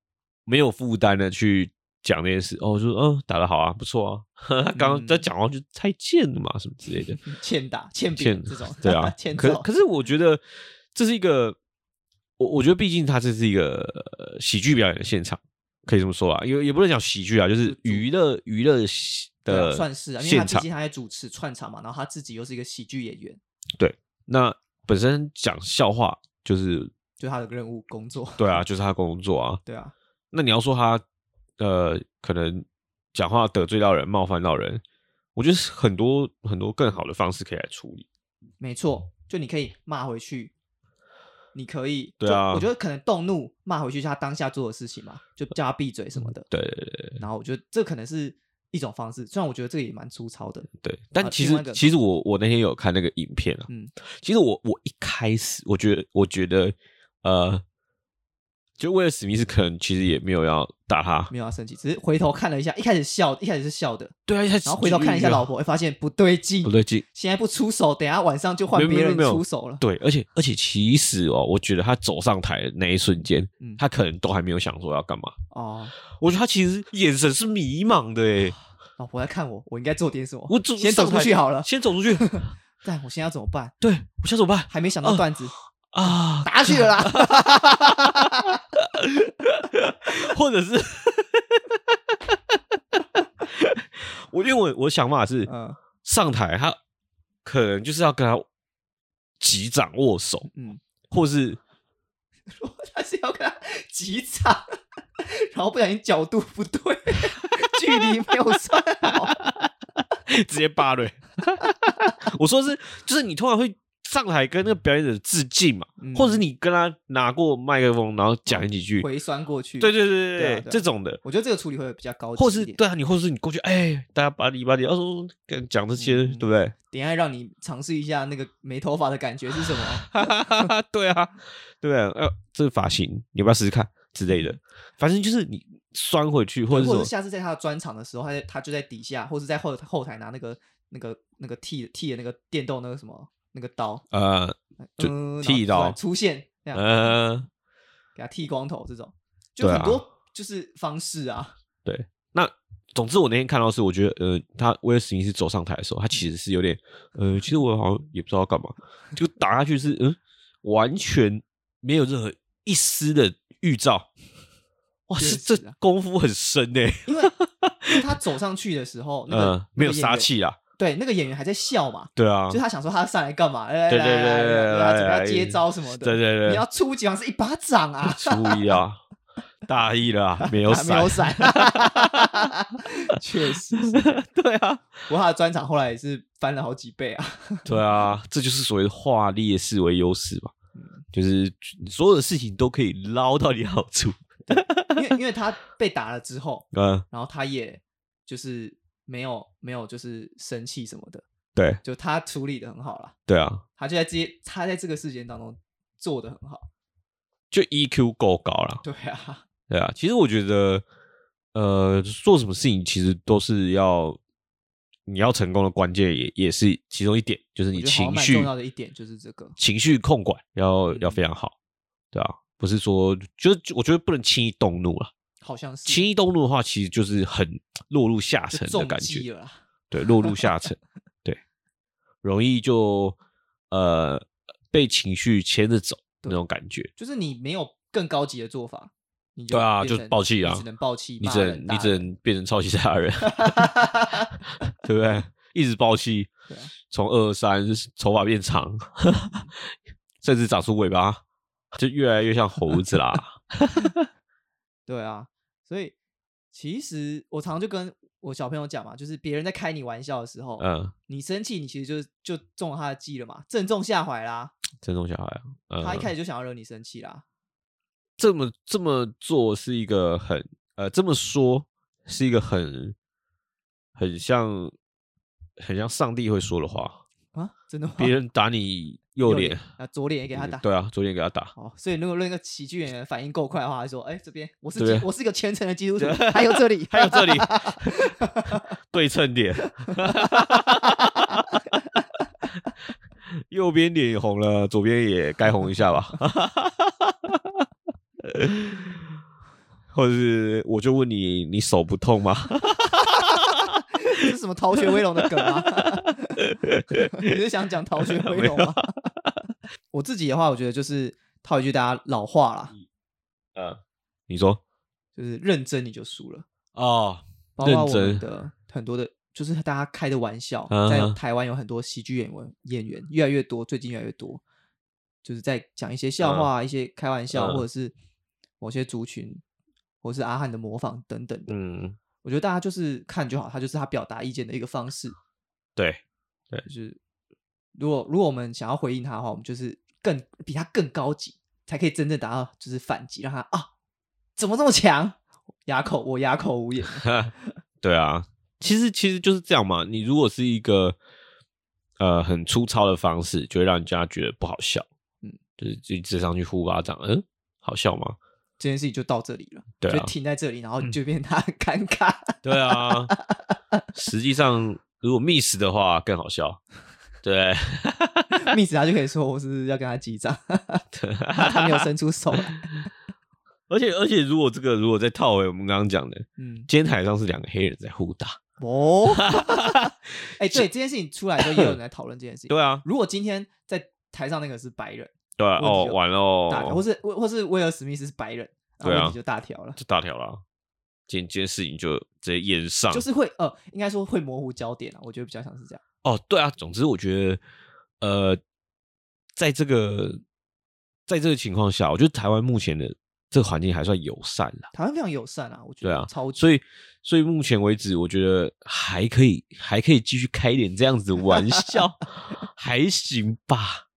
Speaker 1: 没有负担的去讲这件事。哦，我说嗯，打得好啊，不错啊。 他刚
Speaker 2: 嗯
Speaker 1: 刚在讲完就太贱了嘛，什么之类的。
Speaker 2: 欠打、欠
Speaker 1: 欠
Speaker 2: 扁这种，，
Speaker 1: 对啊
Speaker 2: 欠
Speaker 1: 可
Speaker 2: 揍
Speaker 1: 可是我觉得这是一个，我我觉得毕竟它这是一个呃喜剧表演的现场，可以这么说啊，也也不能讲喜剧啊，就是娱乐娱乐喜
Speaker 2: 对啊
Speaker 1: 的
Speaker 2: 算是啊，因为
Speaker 1: 现
Speaker 2: 他毕
Speaker 1: 场。
Speaker 2: 竟他在主持串场嘛，然后他自己又是一个喜剧演员，
Speaker 1: 那本身讲笑话就是
Speaker 2: 就他的任务工作，
Speaker 1: 对 啊，就是他工作啊。
Speaker 2: 对啊，
Speaker 1: 那你要说他呃，可能讲话得罪到人、冒犯到人，我觉得是很多很多更好的方式可以来处理。
Speaker 2: 没错，就你可以骂回去，你可以，
Speaker 1: 对
Speaker 2: 就
Speaker 1: 啊
Speaker 2: 我觉得可能动怒骂回去是他当下做的事情嘛，就叫他闭嘴什么的，
Speaker 1: 对对嗯对
Speaker 2: 然后我觉得这可能是一种方式，虽然我觉得这个也蛮粗糙的，
Speaker 1: 对，但
Speaker 2: 啊
Speaker 1: 其
Speaker 2: 另
Speaker 1: 实、
Speaker 2: 外一个
Speaker 1: 其实我我那天有看那个影片啊，
Speaker 2: 嗯
Speaker 1: 其实我我一开始我觉得我觉得呃，就威尔史密斯可能其实也没有要打他，
Speaker 2: 没有要生气，只是回头看了一下，一开始笑，一开始是笑的，
Speaker 1: 对啊，然
Speaker 2: 然后回头看了一下老嗯
Speaker 1: 婆
Speaker 2: 婆，哎，发现不对劲，
Speaker 1: 不哦对劲，
Speaker 2: 现在不出手，等一下晚上就换
Speaker 1: 没有
Speaker 2: 别
Speaker 1: 没有
Speaker 2: 人
Speaker 1: 没有
Speaker 2: 出手了。
Speaker 1: 对，而且而且其实哦，我觉得他走上台的那一瞬间，
Speaker 2: 嗯
Speaker 1: 他可能都还没有想说要干嘛，
Speaker 2: 哦，
Speaker 1: 我觉得他其实眼神是迷茫的诶，
Speaker 2: 老婆在看我，我应该做点什么？
Speaker 1: 我走
Speaker 2: 啊先走
Speaker 1: 上
Speaker 2: 出
Speaker 1: 台
Speaker 2: 去好了。
Speaker 1: 先走出去，
Speaker 2: 但我现在要怎么办？
Speaker 1: 对我现在怎么办
Speaker 2: 还没想到段子，
Speaker 1: 啊？
Speaker 2: 打起了啦！
Speaker 1: 或者是我因为我我想法是，
Speaker 2: 嗯
Speaker 1: 上台，他可能就是要跟他击掌握手，
Speaker 2: 嗯，
Speaker 1: 或 是
Speaker 2: 他是要跟他击掌，然后不小心角度不对，距离没有算 好。
Speaker 1: 直接扒了。 我说是，就是你通常会上台跟那个表演者致敬嘛，
Speaker 2: 嗯
Speaker 1: 或者是你跟他拿过麦克风，然后讲几句，
Speaker 2: 回酸过去，
Speaker 1: 对对对对
Speaker 2: 对啊对啊
Speaker 1: 这种的，
Speaker 2: 我觉得这个处理会比较高级
Speaker 1: 或
Speaker 2: 一
Speaker 1: 是
Speaker 2: 点，
Speaker 1: 对啊，你或是你过去，哎，大家把你把你，要说跟讲这些，
Speaker 2: 嗯
Speaker 1: 对不对？
Speaker 2: 等一下让你尝试一下那个没头发的感觉是什么。
Speaker 1: 哈哈哈哈，对啊，对啊，呃，这个发型你要不要试试看之类的？反正就是你拴回去，或者
Speaker 2: 嗯或
Speaker 1: 说
Speaker 2: 者是下次在他的专场的时候，他在他就在底下，或是在后后台拿那个那个那个剃剃的那个电动那个什么那个刀，
Speaker 1: 呃就
Speaker 2: 嗯然后
Speaker 1: 剃
Speaker 2: 突然
Speaker 1: 刀
Speaker 2: 出现，这样、
Speaker 1: 呃，
Speaker 2: 给他剃光头这种，就
Speaker 1: 对啊
Speaker 2: 很多就是方式啊，
Speaker 1: 那总之，我那天看到的是，我觉得呃，他威尔史密斯走上台的时
Speaker 2: 嗯
Speaker 1: 候，他其实是有点呃，其实我好像也不知道要干 嘛，就打下去是嗯，完全没有任何一丝的预兆。哇，
Speaker 2: 确
Speaker 1: 是
Speaker 2: 实
Speaker 1: 这
Speaker 2: 啊
Speaker 1: 功夫很深呢、
Speaker 2: 因为因为他走上去的时 候，那个、
Speaker 1: 呃，没有
Speaker 2: 那个演
Speaker 1: 杀
Speaker 2: 员，
Speaker 1: 气啊，
Speaker 2: 对，那个演员还在笑嘛。
Speaker 1: 对啊
Speaker 2: 就，他想说他上来干嘛？来来
Speaker 1: 对对
Speaker 2: 来来
Speaker 1: 对对
Speaker 2: 来来，他准备
Speaker 1: 来
Speaker 2: 要接招什么的。
Speaker 1: 对对对
Speaker 2: 你要出几掌是一巴掌啊！
Speaker 1: 注意 啊，大意了啊，没有
Speaker 2: 还没有
Speaker 1: 闪，
Speaker 2: 闪，确实是。
Speaker 1: 对啊，
Speaker 2: 不过他的专场后来也是翻了好几倍啊。
Speaker 1: 对啊，这就是所谓的化劣势为优势吧，
Speaker 2: 嗯
Speaker 1: 就是所有的事情都可以捞到你好处，
Speaker 2: 因为因为他被打了之后，
Speaker 1: 嗯，
Speaker 2: 然后他也就是没有没有就是生气什么的，
Speaker 1: 对
Speaker 2: 就他处理的很好啦，
Speaker 1: 对啊，
Speaker 2: 他就在这些他在这个事件当中做的很好。
Speaker 1: 就 EQ 够高啦。
Speaker 2: 对啊，
Speaker 1: 对啊，其实我觉得，呃，做什么事情其实都是要你要成功的关键也，也是其中一点，就是
Speaker 2: 我
Speaker 1: 你
Speaker 2: 觉得好像
Speaker 1: 情
Speaker 2: 蛮
Speaker 1: 绪
Speaker 2: 重要的一点就是这个。
Speaker 1: 情绪控管要要
Speaker 2: 嗯
Speaker 1: 非常好，对啊，不是说，就是我觉得不能轻易动怒了。
Speaker 2: 好像是
Speaker 1: 轻易动怒的话，其实就是很落入下层的感觉。
Speaker 2: 了啦。
Speaker 1: 对，落入下层，对，容易就呃被情绪牵着走那种感觉。
Speaker 2: 就是你没有更高级的做法，你
Speaker 1: 对啊
Speaker 2: 变成
Speaker 1: 就是暴气啊
Speaker 2: 你只能暴气，
Speaker 1: 你
Speaker 2: 骂
Speaker 1: 只
Speaker 2: 人
Speaker 1: 能
Speaker 2: 打
Speaker 1: 你只
Speaker 2: 人
Speaker 1: 能变成超级赛亚人， 对不对？一直爆气
Speaker 2: 对啊，
Speaker 1: 从二三头发变长， 甚至长出尾巴，就越来越像猴子啦。
Speaker 2: 对啊，所以其实我常就跟我小朋友讲嘛，就是别人在开你玩笑的时候，
Speaker 1: 嗯，
Speaker 2: 你生气，你其实就就中了他的计了嘛，正中下怀啦。
Speaker 1: 这种小孩啊，嗯、
Speaker 2: 他一开始就想要惹你生气啦，
Speaker 1: 这么这么做是一个很呃，这么说是一个很很像很像上帝会说的 话。
Speaker 2: 啊，真的吗？
Speaker 1: 别人打你右
Speaker 2: 右
Speaker 1: 脸，
Speaker 2: 啊，左脸也给他打。
Speaker 1: 对啊，左脸给他打，
Speaker 2: 哦，所以如果那个喜剧演员反应够快的话，他说：“哎、这边我是
Speaker 1: 这边
Speaker 2: 基我是一个虔诚的基督徒，还有这里，
Speaker 1: 啊 还有这 里对称点，右边脸也红了，左边也该红一下吧。 或者是我就问你，你手不痛吗？
Speaker 2: 这 是什么逃学威龙的 梗吗？你是想讲逃学威龙
Speaker 1: 啊
Speaker 2: 吗？ 我自己的话，我觉得就是套一句大家老话啦，
Speaker 1: 嗯，你说
Speaker 2: 就是认真你就输了。
Speaker 1: 哦，
Speaker 2: 包括
Speaker 1: 认
Speaker 2: 我们
Speaker 1: 真
Speaker 2: 的很多的，就是大家开的玩笑，
Speaker 1: 嗯
Speaker 2: 在
Speaker 1: 哼
Speaker 2: 台湾有很多喜剧演员演员越来越多，最近越来越多，就是在讲一些笑话、一些开玩笑，
Speaker 1: 嗯
Speaker 2: 或者是某些族群，或是阿汉的模仿等等的。
Speaker 1: 嗯，
Speaker 2: 我觉得大家就是看就好，他就是他表达意见的一个方式。
Speaker 1: 对，
Speaker 2: 就是如果如果我们想要回应他的话，我们就是更比他更高级，才可以真正达到就是反击，让他啊怎么这么强，哑口我哑口无言。
Speaker 1: 对啊，其实其实就是这样嘛。你如果是一个呃很粗糙的方式，就会让人家觉得不好笑。
Speaker 2: 嗯
Speaker 1: 嗯，就是自己直上去呼巴掌，嗯，好笑吗？
Speaker 2: 这件事情就到这里了，
Speaker 1: 对啊
Speaker 2: 就停在这里，然后就变得他很尴尬。
Speaker 1: 对 啊，实际上如果 miss 的话更好 笑。对，
Speaker 2: 密斯他就可以说我是要跟他 击掌，他他没有伸出手来。
Speaker 1: 而且而且如果这个如果再套回我们刚刚讲的，
Speaker 2: 嗯，
Speaker 1: 今天台上是两个黑人在互打。
Speaker 2: 哦，哎、对，这件事情出来之后，也有人来讨论这件事情。
Speaker 1: 对啊，
Speaker 2: 如果今天在台上那个是白人，
Speaker 1: 对啊，
Speaker 2: 问题
Speaker 1: 哦，
Speaker 2: 就
Speaker 1: 完了
Speaker 2: 大条，或
Speaker 1: 哦，
Speaker 2: 是或或是威尔史密斯是白人，然后
Speaker 1: 对啊
Speaker 2: 问题就大条了。
Speaker 1: 就大条了。啊今天今天事情就直接演上，
Speaker 2: 就是会呃，应该说会模糊焦点啊，我觉得比较像是这样。
Speaker 1: 哦，对啊，总之我觉得，呃，在这个在这个情况下，我觉得台湾目前的这个环境还算友善啦。
Speaker 2: 台湾非常友善啊，我觉
Speaker 1: 对
Speaker 2: 得
Speaker 1: 啊
Speaker 2: 超级。
Speaker 1: 所以，所以目前为止，我觉得还可以，还可以继续开点这样子的玩笑，还行吧，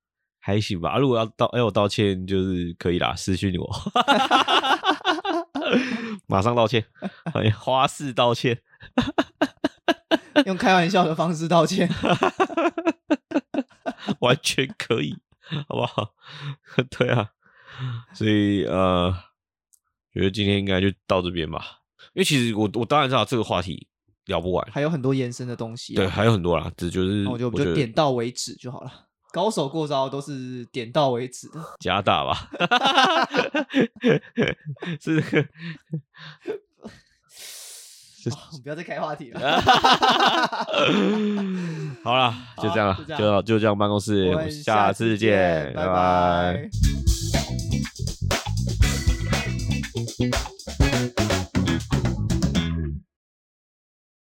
Speaker 1: 还行吧。啊如果要道要我道歉，就是可以啦，私讯我， 马上道歉，哎花式道歉。
Speaker 2: 用开玩笑的方式道歉，
Speaker 1: 完全可以，好不好？ 对啊，所以呃，觉得今天应该就到这边吧。因为其实我我当然知道这个话题聊不完，
Speaker 2: 还有很多延伸的东西、啊。
Speaker 1: 对，，还有很多啦，只就是
Speaker 2: 那我觉得我
Speaker 1: 觉
Speaker 2: 们哦
Speaker 1: 得
Speaker 2: 就点到为止就好了。高手过招都是点到为止的，
Speaker 1: 加大 吧，是
Speaker 2: 啊不要再开话题 了。
Speaker 1: 好啦，就这样
Speaker 2: 好
Speaker 1: 了，
Speaker 2: 就这样
Speaker 1: 就就这样，办公室，
Speaker 2: 我
Speaker 1: 我
Speaker 2: 们
Speaker 1: 们下
Speaker 2: 次
Speaker 1: 次见，
Speaker 2: 拜
Speaker 1: 拜拜
Speaker 2: 拜